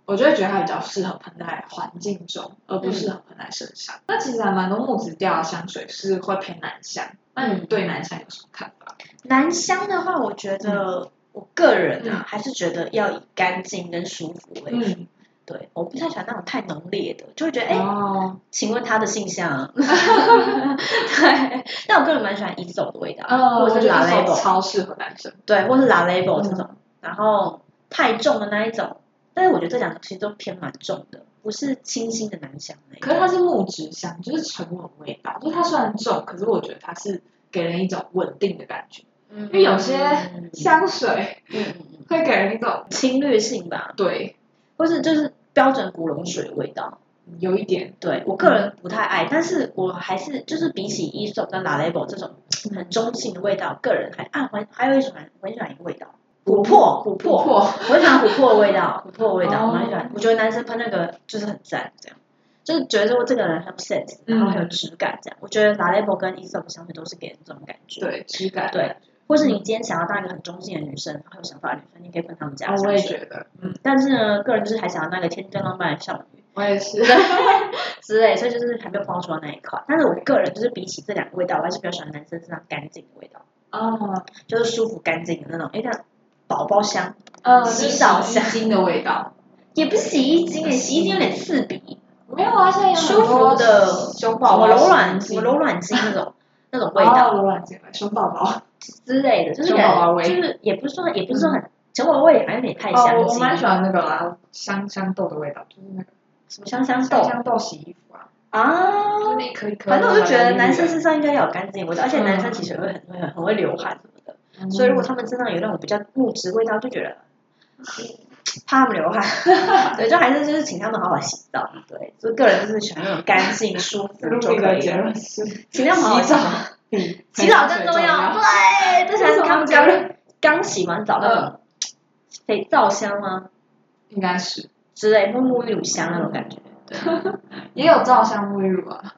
[SPEAKER 4] 我就会觉得它比较适合喷在环境中，而不适合喷在身上。那其实还蛮多木质调的香水是会偏南香，那你对南香有什么看法？
[SPEAKER 3] 男香的话，我觉得我个人啊，还是觉得要以干净跟舒服为主。
[SPEAKER 4] 嗯，
[SPEAKER 3] 对，我不太喜欢那种太浓烈的，就会觉得哎、
[SPEAKER 4] 哦，
[SPEAKER 3] 请问他的信
[SPEAKER 4] *laughs*
[SPEAKER 3] 箱？对，但我个人蛮喜欢 e 手的味道，
[SPEAKER 4] 呃，
[SPEAKER 3] 或
[SPEAKER 4] 我
[SPEAKER 3] 者
[SPEAKER 4] 觉
[SPEAKER 3] 是
[SPEAKER 4] 得
[SPEAKER 3] La
[SPEAKER 4] 这首
[SPEAKER 3] Label，
[SPEAKER 4] 超适合男生。
[SPEAKER 3] 对，或是 La Label
[SPEAKER 4] 嗯
[SPEAKER 3] 这种，然后太重的那一种，但是我觉得这两个其实都偏蛮重的，不是清新的男香那一
[SPEAKER 4] 可是
[SPEAKER 3] 种。
[SPEAKER 4] 它是木质香，就是沉稳味道，就是它虽然重，可是我觉得它是给人一种稳定的感觉。
[SPEAKER 3] 因
[SPEAKER 4] 因为有些香水
[SPEAKER 3] 嗯嗯嗯
[SPEAKER 4] 会给人一种
[SPEAKER 3] 侵略性吧，
[SPEAKER 4] 对，
[SPEAKER 3] 或是就是标准古龙水的味道。
[SPEAKER 4] 有一点
[SPEAKER 3] 对我个人不太爱，但是我还是就是比起 e 手跟 La Label 这种很中性的味道，个人还啊还还有一种我很喜欢一个味道，琥珀琥珀。
[SPEAKER 4] 破，
[SPEAKER 3] 我很喜欢琥珀的味道， *laughs* 琥珀的味道，我
[SPEAKER 4] 哦
[SPEAKER 3] 蛮喜欢。我觉得男生喷那个就是很赞，这样，就是觉得这个人很有 sense，
[SPEAKER 4] 嗯
[SPEAKER 3] 然后很有质感，这样。我觉得 La Label 跟 e s o p 相对都是给人这种感觉。，
[SPEAKER 4] 对质感。
[SPEAKER 3] 对或是你今天想要当一个很中性的女生，很有想法的女生，你可以喷他们家的
[SPEAKER 4] 啊，
[SPEAKER 3] 香
[SPEAKER 4] 我也
[SPEAKER 3] 水。
[SPEAKER 4] 觉得，嗯，
[SPEAKER 3] 但是呢，个人就是还想要那个天真浪漫的少女
[SPEAKER 4] 我也是。
[SPEAKER 3] 之类，所以就是还没有碰到说那一块。但是我个人就是比起这两个味道，我还是比较喜欢男生身上干净的味道，
[SPEAKER 4] 哦，
[SPEAKER 3] 就是舒服干净的那种，哎，那宝宝香
[SPEAKER 4] 呃，
[SPEAKER 3] 洗澡
[SPEAKER 4] 就是
[SPEAKER 3] 嗯香
[SPEAKER 4] 洗衣精的味道。
[SPEAKER 3] 也不是洗衣精哎，洗衣精有点刺鼻。
[SPEAKER 4] 没有啊，现在有很
[SPEAKER 3] 舒
[SPEAKER 4] 多
[SPEAKER 3] 服的
[SPEAKER 4] 熊宝
[SPEAKER 3] 我
[SPEAKER 4] 宝
[SPEAKER 3] 柔软，
[SPEAKER 4] 洗衣
[SPEAKER 3] 我
[SPEAKER 4] 精
[SPEAKER 3] 柔软巾那
[SPEAKER 4] *laughs*
[SPEAKER 3] 种那种味道
[SPEAKER 4] 哦柔软精，熊宝宝。
[SPEAKER 3] 之类的，就是
[SPEAKER 4] 熊
[SPEAKER 3] 感
[SPEAKER 4] 宝宝
[SPEAKER 3] 觉
[SPEAKER 4] 味嗯
[SPEAKER 3] 就是也不是说也不是说很熊宝宝味，好像有点太
[SPEAKER 4] 哦，
[SPEAKER 3] 香
[SPEAKER 4] 我我
[SPEAKER 3] 精，
[SPEAKER 4] 蛮喜欢那个啦，香香豆的味道，就是那个
[SPEAKER 3] 什么香香
[SPEAKER 4] 香
[SPEAKER 3] 豆
[SPEAKER 4] 香豆洗衣服啊。
[SPEAKER 3] 啊。
[SPEAKER 4] 就是一颗一颗。
[SPEAKER 3] 反正我就觉得男生身上应该要有干净味道，而且男生其实也会很会很会流汗什么的，
[SPEAKER 4] 嗯，
[SPEAKER 3] 所以如果他们身上有那种比较木质味道，就觉得嗯怕他们流汗，
[SPEAKER 4] *laughs*
[SPEAKER 3] 对，就还是就是请他们好好洗澡，对，就个人就是喜欢那种干净舒服就
[SPEAKER 4] ，Ruby
[SPEAKER 3] 可
[SPEAKER 4] 的
[SPEAKER 3] 以
[SPEAKER 4] 结
[SPEAKER 3] 了，
[SPEAKER 4] 论是，
[SPEAKER 3] *laughs* 请他们好好
[SPEAKER 4] 洗澡
[SPEAKER 3] 澡。
[SPEAKER 4] 比
[SPEAKER 3] 洗澡更重要，
[SPEAKER 4] 要。
[SPEAKER 3] 对，这才是他们
[SPEAKER 4] 为什么嗯要
[SPEAKER 3] 刚刚洗完澡那种肥皂香吗？
[SPEAKER 4] 应该是
[SPEAKER 3] 之类，或沐浴乳香那种感觉，
[SPEAKER 4] 也有皂香沐浴乳啊，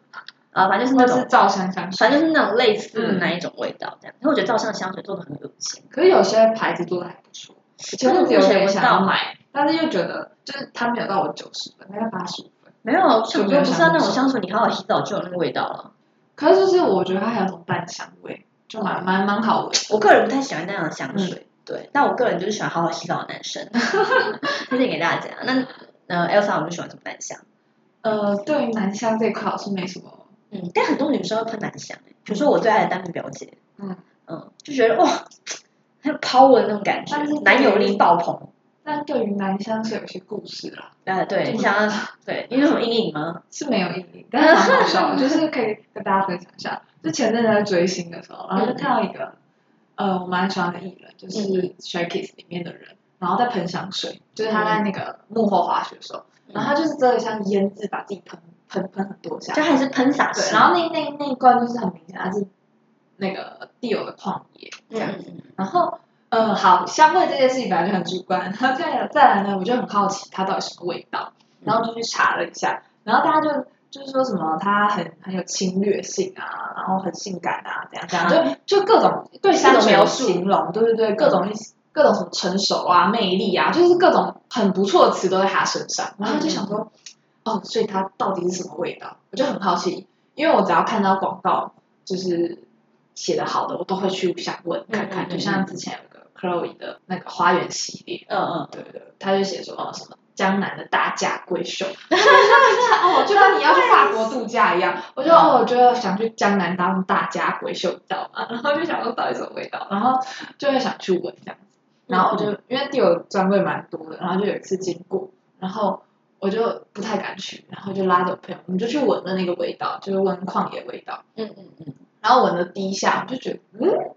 [SPEAKER 3] 啊，反正就是
[SPEAKER 4] 或
[SPEAKER 3] 那
[SPEAKER 4] 者是嗯
[SPEAKER 3] 种，
[SPEAKER 4] 皂香香水。
[SPEAKER 3] 反正就是那种类似的那一种味道，这样。因为我觉得皂香香水做的很有钱，
[SPEAKER 4] 可是有些牌子做的还不错，前阵子有点想要
[SPEAKER 3] 买，
[SPEAKER 4] 买，但是又觉得就是呃它没有到我九十分，大概八十五分。
[SPEAKER 3] 没有，我想
[SPEAKER 4] 就
[SPEAKER 3] 说
[SPEAKER 4] 没有
[SPEAKER 3] 不是啊
[SPEAKER 4] 想
[SPEAKER 3] 那
[SPEAKER 4] 过
[SPEAKER 3] 种香水，你好好洗澡就有那个味道了。
[SPEAKER 4] 可是就是我觉得它还有种淡香味，就蛮蛮蛮好闻。
[SPEAKER 3] 我个人不太喜欢那样的香水，对，但我个人就是喜欢好好洗澡的男生， *laughs* 推荐给大家。那呃，Elsa 我们喜欢什么男香？
[SPEAKER 4] 呃，对于男香这一块我是没什么，
[SPEAKER 3] 嗯，但很多女生会喷男香、欸，比如说我最爱的丹尼表姐，
[SPEAKER 4] 嗯
[SPEAKER 3] 嗯，就觉得哇，很有 power 那种感觉
[SPEAKER 4] 但是，
[SPEAKER 3] 男友力爆棚。
[SPEAKER 4] 但对于男香是有些故事啦。
[SPEAKER 3] 啊，对，你想 *laughs* 要对，你有什么阴影吗？
[SPEAKER 4] 是没有意义，但是蛮好笑的，就是可以跟大家分享一下。就前阵子在追星的时候，然后就看到一个，呃，我蛮喜欢的艺人，就是《Stray Kids》里面的人，然后在喷香水，就是他在那个幕后滑雪的时候，然后他就是真的像腌制，把自己喷喷喷很多下
[SPEAKER 3] 就，还是喷洒
[SPEAKER 4] 对，
[SPEAKER 3] 式，
[SPEAKER 4] 然后那那那一罐就是很明显，它是那个 Dior 的矿液这样
[SPEAKER 3] 嗯嗯
[SPEAKER 4] 然后，呃，好，香味这件事情本来就很主观。然后再来再来呢，我就很好奇它到底什么味道，然后就去查了一下，然后大家就就是说什么它很很有侵略性啊，然后很性感啊，怎样怎样，就就各种对香水的形容，对对对，各种意思。各种什么成熟啊、魅力啊，就是各种很不错的词都在他身上，然后就想说，哦，所以它到底是什么味道？我就很好奇，因为我只要看到广告，就是写的好的，我都会去想问看看。
[SPEAKER 3] 嗯嗯
[SPEAKER 4] 就像之前有个 Chloe 的那个花园系列，
[SPEAKER 3] 嗯嗯，
[SPEAKER 4] 对对，对他就写说哦什么江南的大假闺秀，我就想 *laughs* 哦，就跟你要去法国度假一样，我就哦，我就想去江南当大家闺秀，你知道吗？然 *laughs* 后就想说到底什么味道，然后就会想去闻这样子，然后我就因为地有专柜蛮多的，然后就有一次经过，然后。我就不太敢去，然后就拉着我朋友，我们就去闻了那个味道，就是闻旷野味道。
[SPEAKER 3] 嗯嗯嗯，
[SPEAKER 4] 然后闻了第一下，我就觉得，嗯，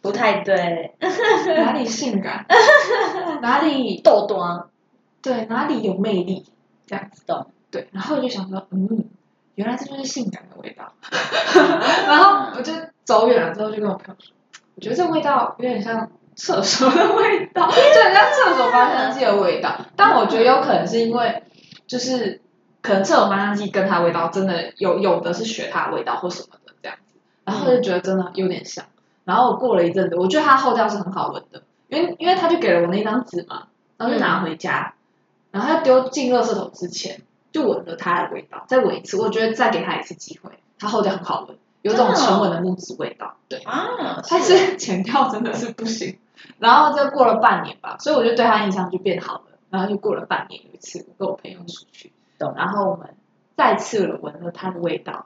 [SPEAKER 3] 不太对，
[SPEAKER 4] 哪里性感，哪里
[SPEAKER 3] 豆多，
[SPEAKER 4] 对，哪里有魅力这样子。
[SPEAKER 3] 懂
[SPEAKER 4] 对，然后我就想说，嗯，原来这就是性感的味道。然后我就走远了之后，就跟我朋友说，我觉得这味道有点像厕所的味道，就很像厕所芳香剂的味道。但我觉得有可能是因为，就是可能厕所芳香剂跟它味道真的有有的是学它的味道或什么的这样子，然后我就觉得真的有点像。然后我过了一阵子，我觉得它后调是很好闻的，因为因为他就给了我那张纸嘛，然后就拿回家，然后他丢进垃圾桶之前就闻了它的味道，再闻一次，我觉得再给他一次机会，它后调很好闻，有种
[SPEAKER 3] 真的哦
[SPEAKER 4] 沉稳的木质味道，对。
[SPEAKER 3] 啊，
[SPEAKER 4] 但是前调真的是不行。然后就过了半年吧，所以我就对他印象就变好了。然后就过了半年，有一次我跟我朋友出去，
[SPEAKER 3] 懂
[SPEAKER 4] 然后我们再次了闻了它的味道，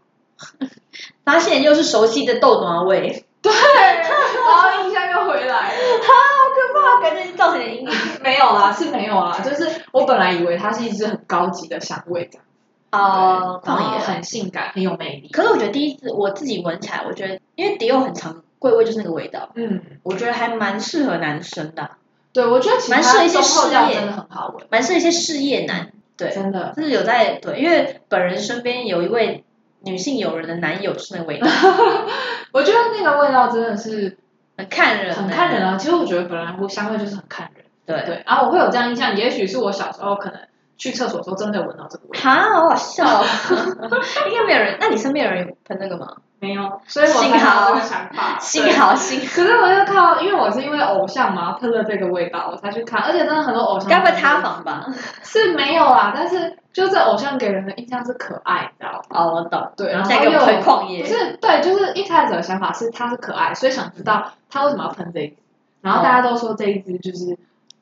[SPEAKER 3] 发现又是熟悉的豆多味，
[SPEAKER 4] 对， *laughs* 然后印象又回来了。
[SPEAKER 3] 哇，感觉造成你的阴影
[SPEAKER 4] 没有啦，是没有啦，就是我本来以为它是一支很高级的香味，这样
[SPEAKER 3] 哦，
[SPEAKER 4] 然
[SPEAKER 3] 旷
[SPEAKER 4] 后
[SPEAKER 3] 野。
[SPEAKER 4] 很性感，很有魅力。
[SPEAKER 3] 可是我觉得第一次我自己闻起来，我觉得因为迪奥很常贵味就是那个味道，
[SPEAKER 4] 嗯，
[SPEAKER 3] 我觉得还蛮适合男生的，
[SPEAKER 4] 对，我觉得其他
[SPEAKER 3] 蛮适合一些
[SPEAKER 4] 中后调
[SPEAKER 3] 事业
[SPEAKER 4] 真的很好闻，
[SPEAKER 3] 蛮适合一些事业男。对，
[SPEAKER 4] 真的。
[SPEAKER 3] 就是有在对，因为本人身边有一位女性友人的男友是那个味道， *laughs*
[SPEAKER 4] 我觉得那个味道真的是
[SPEAKER 3] 很看人、
[SPEAKER 4] 很看人。啊。其实我觉得本来我香味就是很看人。
[SPEAKER 3] 对，
[SPEAKER 4] 对，然啊后我会有这样印象，也许是我小时候可能去厕所的时候真的有闻到这个味道，
[SPEAKER 3] 哈，好好笑 *laughs* 哦，应该没有人。那你身边有人喷那个吗？
[SPEAKER 4] 没有，所以我
[SPEAKER 3] 幸
[SPEAKER 4] 才有
[SPEAKER 3] 好
[SPEAKER 4] 这个想法。
[SPEAKER 3] 幸好幸好，
[SPEAKER 4] 对。可是我就看到，因为我是因为偶像嘛喷了这个味道，我才去看，而且真的很多偶像。
[SPEAKER 3] 该不会塌房吧？
[SPEAKER 4] 是没有啊，但是就是偶像给人的印象是可爱，你知道吗？
[SPEAKER 3] 哦，我懂。
[SPEAKER 4] 对，
[SPEAKER 3] 然
[SPEAKER 4] 然
[SPEAKER 3] 后
[SPEAKER 4] 后
[SPEAKER 3] 再给我
[SPEAKER 4] 又
[SPEAKER 3] 喷旷
[SPEAKER 4] 不
[SPEAKER 3] 野，
[SPEAKER 4] 是对，就是一开始的想法是它是可爱，所以想知道它为什么要喷这一支，然
[SPEAKER 3] 哦
[SPEAKER 4] 后大家都说这一支就是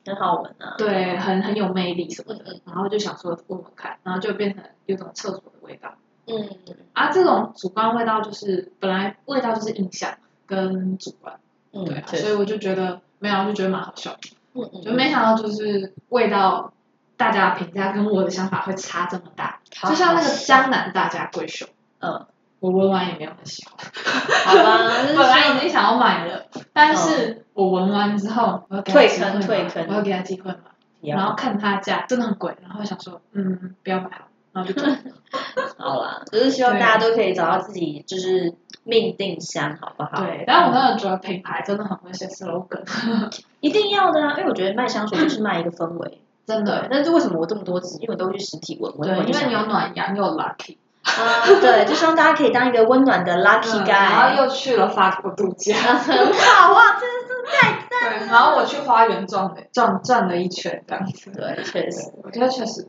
[SPEAKER 3] 很好闻啊。
[SPEAKER 4] 对很很有魅力什么
[SPEAKER 3] 嗯
[SPEAKER 4] 的，
[SPEAKER 3] 嗯
[SPEAKER 4] 然后就想说闻闻看，然后就变成有种厕所的味道。
[SPEAKER 3] 嗯，
[SPEAKER 4] 啊，这种主观味道就是本来味道就是印象跟主观，
[SPEAKER 3] 嗯
[SPEAKER 4] 对、啊，
[SPEAKER 3] 确
[SPEAKER 4] 所
[SPEAKER 3] 实
[SPEAKER 4] 以我就觉得没有，就觉得蛮好笑的，
[SPEAKER 3] 嗯嗯
[SPEAKER 4] 就没想到就是味道大家的评价跟我的想法会差这么大，
[SPEAKER 3] 好
[SPEAKER 4] 就像那
[SPEAKER 3] 好
[SPEAKER 4] 个
[SPEAKER 3] 笑
[SPEAKER 4] 江南大家闺秀，
[SPEAKER 3] 嗯，
[SPEAKER 4] 我闻完也没有很喜欢，
[SPEAKER 3] 好吧，就是 *laughs*
[SPEAKER 4] 本来已经想要买了，但是我闻完之后，我要给
[SPEAKER 3] 嗯
[SPEAKER 4] 他
[SPEAKER 3] 退
[SPEAKER 4] 机会
[SPEAKER 3] 坑
[SPEAKER 4] 嘛
[SPEAKER 3] 退坑
[SPEAKER 4] 我要给他机会嘛，然后看他的价真的很贵，然后想说嗯不要买了，然后就走了
[SPEAKER 3] 好啦，就是希望大家都可以找到自己就是命定香，好不 *laughs* 好？嗯
[SPEAKER 4] 对，嗯但我真的觉得品牌真的很会写 slogan，
[SPEAKER 3] 一定要的啊，因为我觉得卖香水就是卖一个氛围。
[SPEAKER 4] 真的
[SPEAKER 3] 对，。但是为什么我这么多次，因为我都去实体闻，我
[SPEAKER 4] 对，因为你
[SPEAKER 3] 有
[SPEAKER 4] 有
[SPEAKER 3] *laughs*
[SPEAKER 4] 暖阳，又有 lucky，
[SPEAKER 3] 啊，对，就希望大家可以当一个温暖的 lucky
[SPEAKER 4] 嗯然
[SPEAKER 3] guy。
[SPEAKER 4] 后又去了法国度
[SPEAKER 3] *laughs*
[SPEAKER 4] 假，
[SPEAKER 3] 很好啊，真的是太
[SPEAKER 4] 对，然后我去花园转了转转了一圈这样子。
[SPEAKER 3] 对，确实，
[SPEAKER 4] 我觉得确实，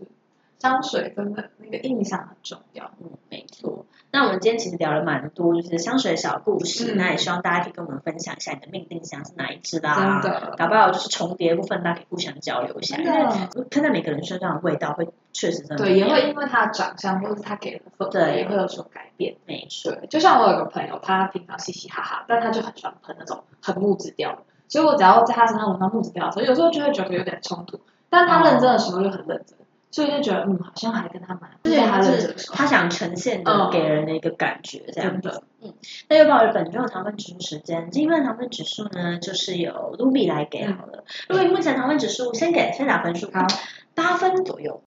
[SPEAKER 4] 香水真的那个印象很重要。
[SPEAKER 3] 嗯，没错。那我们今天其实聊了蛮多，就是香水的小故事，
[SPEAKER 4] 嗯
[SPEAKER 3] 那也希望大家可以跟我们分享一下你的命定香是哪一支啦。
[SPEAKER 4] 真的
[SPEAKER 3] 搞不好就是重叠的部分，大家可以互相交流一下，
[SPEAKER 4] 真
[SPEAKER 3] 因
[SPEAKER 4] 的
[SPEAKER 3] 为喷在每个人身上的味道会确实真的不
[SPEAKER 4] 对，
[SPEAKER 3] 一
[SPEAKER 4] 也
[SPEAKER 3] 样
[SPEAKER 4] 会因为他的长相或者是他给人的氛围
[SPEAKER 3] 对
[SPEAKER 4] 也会有所改变。
[SPEAKER 3] 没错，
[SPEAKER 4] 对，就像我有个朋友，他平常嘻嘻哈哈，但他就很喜欢喷那种很木质调的，所以我只要在他身上闻到木质调的时候，有时候就会觉得有点冲突。但他认真的时候又很认真，所以就觉得嗯，好像还跟他蛮，
[SPEAKER 3] 对
[SPEAKER 4] 就是他认
[SPEAKER 3] 就
[SPEAKER 4] 真
[SPEAKER 3] 是
[SPEAKER 4] 的时候，
[SPEAKER 3] 他想呈现的
[SPEAKER 4] 嗯
[SPEAKER 3] 给人的一个感觉，这样
[SPEAKER 4] 真的
[SPEAKER 3] 子。嗯，那又到了本周的糖分指数时间。今天的糖分指数呢，就是由 Ruby 来给好了。Ruby 目前糖分指数先给先打分数，
[SPEAKER 4] 嗯好，
[SPEAKER 3] 八分左右。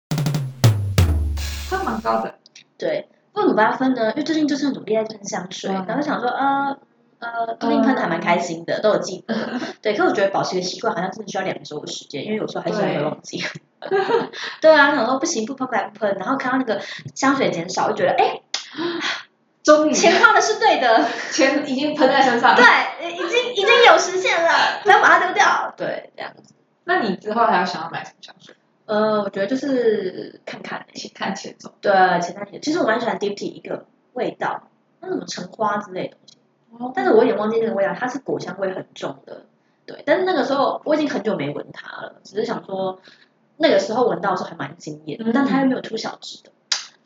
[SPEAKER 4] 他蛮高的。
[SPEAKER 3] 对，为什么八分呢？因为最近就是努力在喷香水，
[SPEAKER 4] 嗯
[SPEAKER 3] 然后想说呃。呃，最近喷的还蛮开心的，都有记得。对，可是我觉得保持一个习惯好像真的需要两周的时间，因为有时候还是会
[SPEAKER 4] 对
[SPEAKER 3] 忘记。 *laughs* 对啊，想说不行，不喷白不喷，然后看到那个香水减少，就觉得哎，
[SPEAKER 4] 终于
[SPEAKER 3] 钱花的是对的，
[SPEAKER 4] 钱已经喷在身
[SPEAKER 3] *laughs*
[SPEAKER 4] 上了。
[SPEAKER 3] 对，已经已经有实现了，不要把它丢掉。对，这样子。
[SPEAKER 4] 那你之后还要想要买什么香水？
[SPEAKER 3] 呃，我觉得就是看看、欸，
[SPEAKER 4] 请看前奏。
[SPEAKER 3] 对，前段时间其实我蛮喜欢 d i p t y 一个味道，那什么橙花之类的东西，
[SPEAKER 4] 哦
[SPEAKER 3] 但是我有点忘记那个味道，它是果香味很重的，对。但是那个时候我已经很久没闻它了，只是想说那个时候闻到的时候还蛮惊艳，
[SPEAKER 4] 嗯
[SPEAKER 3] 但它又没有出小只的，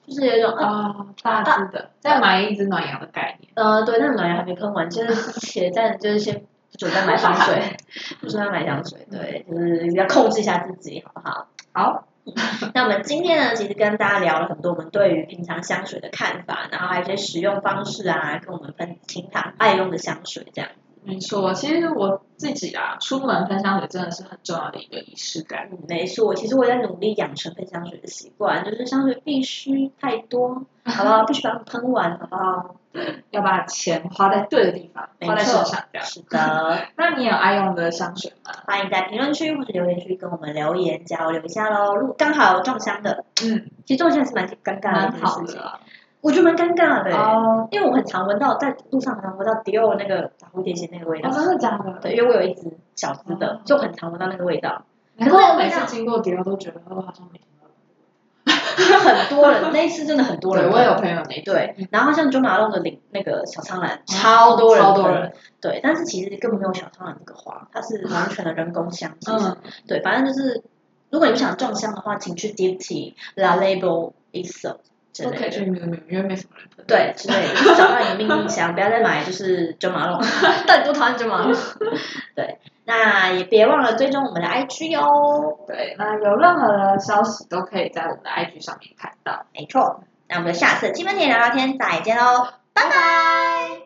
[SPEAKER 3] 就是有一种啊
[SPEAKER 4] 啊，大致的，再买一只暖阳的概念。
[SPEAKER 3] 呃，对，那个暖阳还没喷完，就是且暂就是先不准备买香水，不准备买香水，对，就是要控制一下自己，好不好？
[SPEAKER 4] 好，
[SPEAKER 3] 那我们今天呢，其实跟大家聊了很多我们对于平常香水的看法，然后还有一些使用方式啊，跟我们分平常爱用的香水这样。
[SPEAKER 4] 没错，其实我自己啊，出门喷香水真的是很重要的一个仪式感。
[SPEAKER 3] 嗯，没错，其实我也在努力养成喷香水的习惯，就是香水必须太多，好
[SPEAKER 4] *laughs*
[SPEAKER 3] 不好？必须把它喷完，好不好？
[SPEAKER 4] 要把钱花在对的地方，
[SPEAKER 3] 没
[SPEAKER 4] 花在
[SPEAKER 3] 错
[SPEAKER 4] 身上这样。
[SPEAKER 3] 是的。
[SPEAKER 4] 那你有爱用的香水吗？
[SPEAKER 3] 欢迎在评论区或者留言区跟我们留言交流一下喽。如果刚好撞香的，
[SPEAKER 4] 嗯，
[SPEAKER 3] 其实撞香是蛮尴尬的
[SPEAKER 4] 蛮
[SPEAKER 3] 一件
[SPEAKER 4] 好
[SPEAKER 3] 事情，
[SPEAKER 4] 的啊。
[SPEAKER 3] 我觉得蛮尴尬的、欸
[SPEAKER 4] 哦，
[SPEAKER 3] 因为我很常闻到在路上很常闻到迪奥那个打蝴蝶结那个味道，
[SPEAKER 4] 哦真的假的？
[SPEAKER 3] 对，因为我有一只小只的
[SPEAKER 4] 哦，
[SPEAKER 3] 就很常闻到那个味道，
[SPEAKER 4] 难怪我每次经过迪欧都觉得哦，好像没听到。
[SPEAKER 3] 就很多
[SPEAKER 4] *laughs*
[SPEAKER 3] 人，那一次真的很多人
[SPEAKER 4] 对，
[SPEAKER 3] 闻，
[SPEAKER 4] 我也有朋友嗯那一种
[SPEAKER 3] 对，然后像九马龙的领那个小苍兰，超多人，
[SPEAKER 4] 哦超多人，
[SPEAKER 3] 对，但是其实根本没有小苍兰这个花，它是完全的人工香气，
[SPEAKER 4] 嗯，
[SPEAKER 3] 对，反正就是如果你们想撞香的话，请去 Dipty、La Label、i s o 之
[SPEAKER 4] 都可
[SPEAKER 3] 类的。
[SPEAKER 4] 以去明明，因为没什么人喷。
[SPEAKER 3] 对，之类的，找到你的命运香，不要再买就是九马
[SPEAKER 4] *laughs*
[SPEAKER 3] 龙，到底多讨厌九马龙？ *laughs* 对，那也别忘了追踪我们的 IG 哦。
[SPEAKER 4] 对，那有任何的消息都可以在我们的 IG 上面看到。
[SPEAKER 3] 没错，那我们下次七分甜聊聊天再见喽，拜拜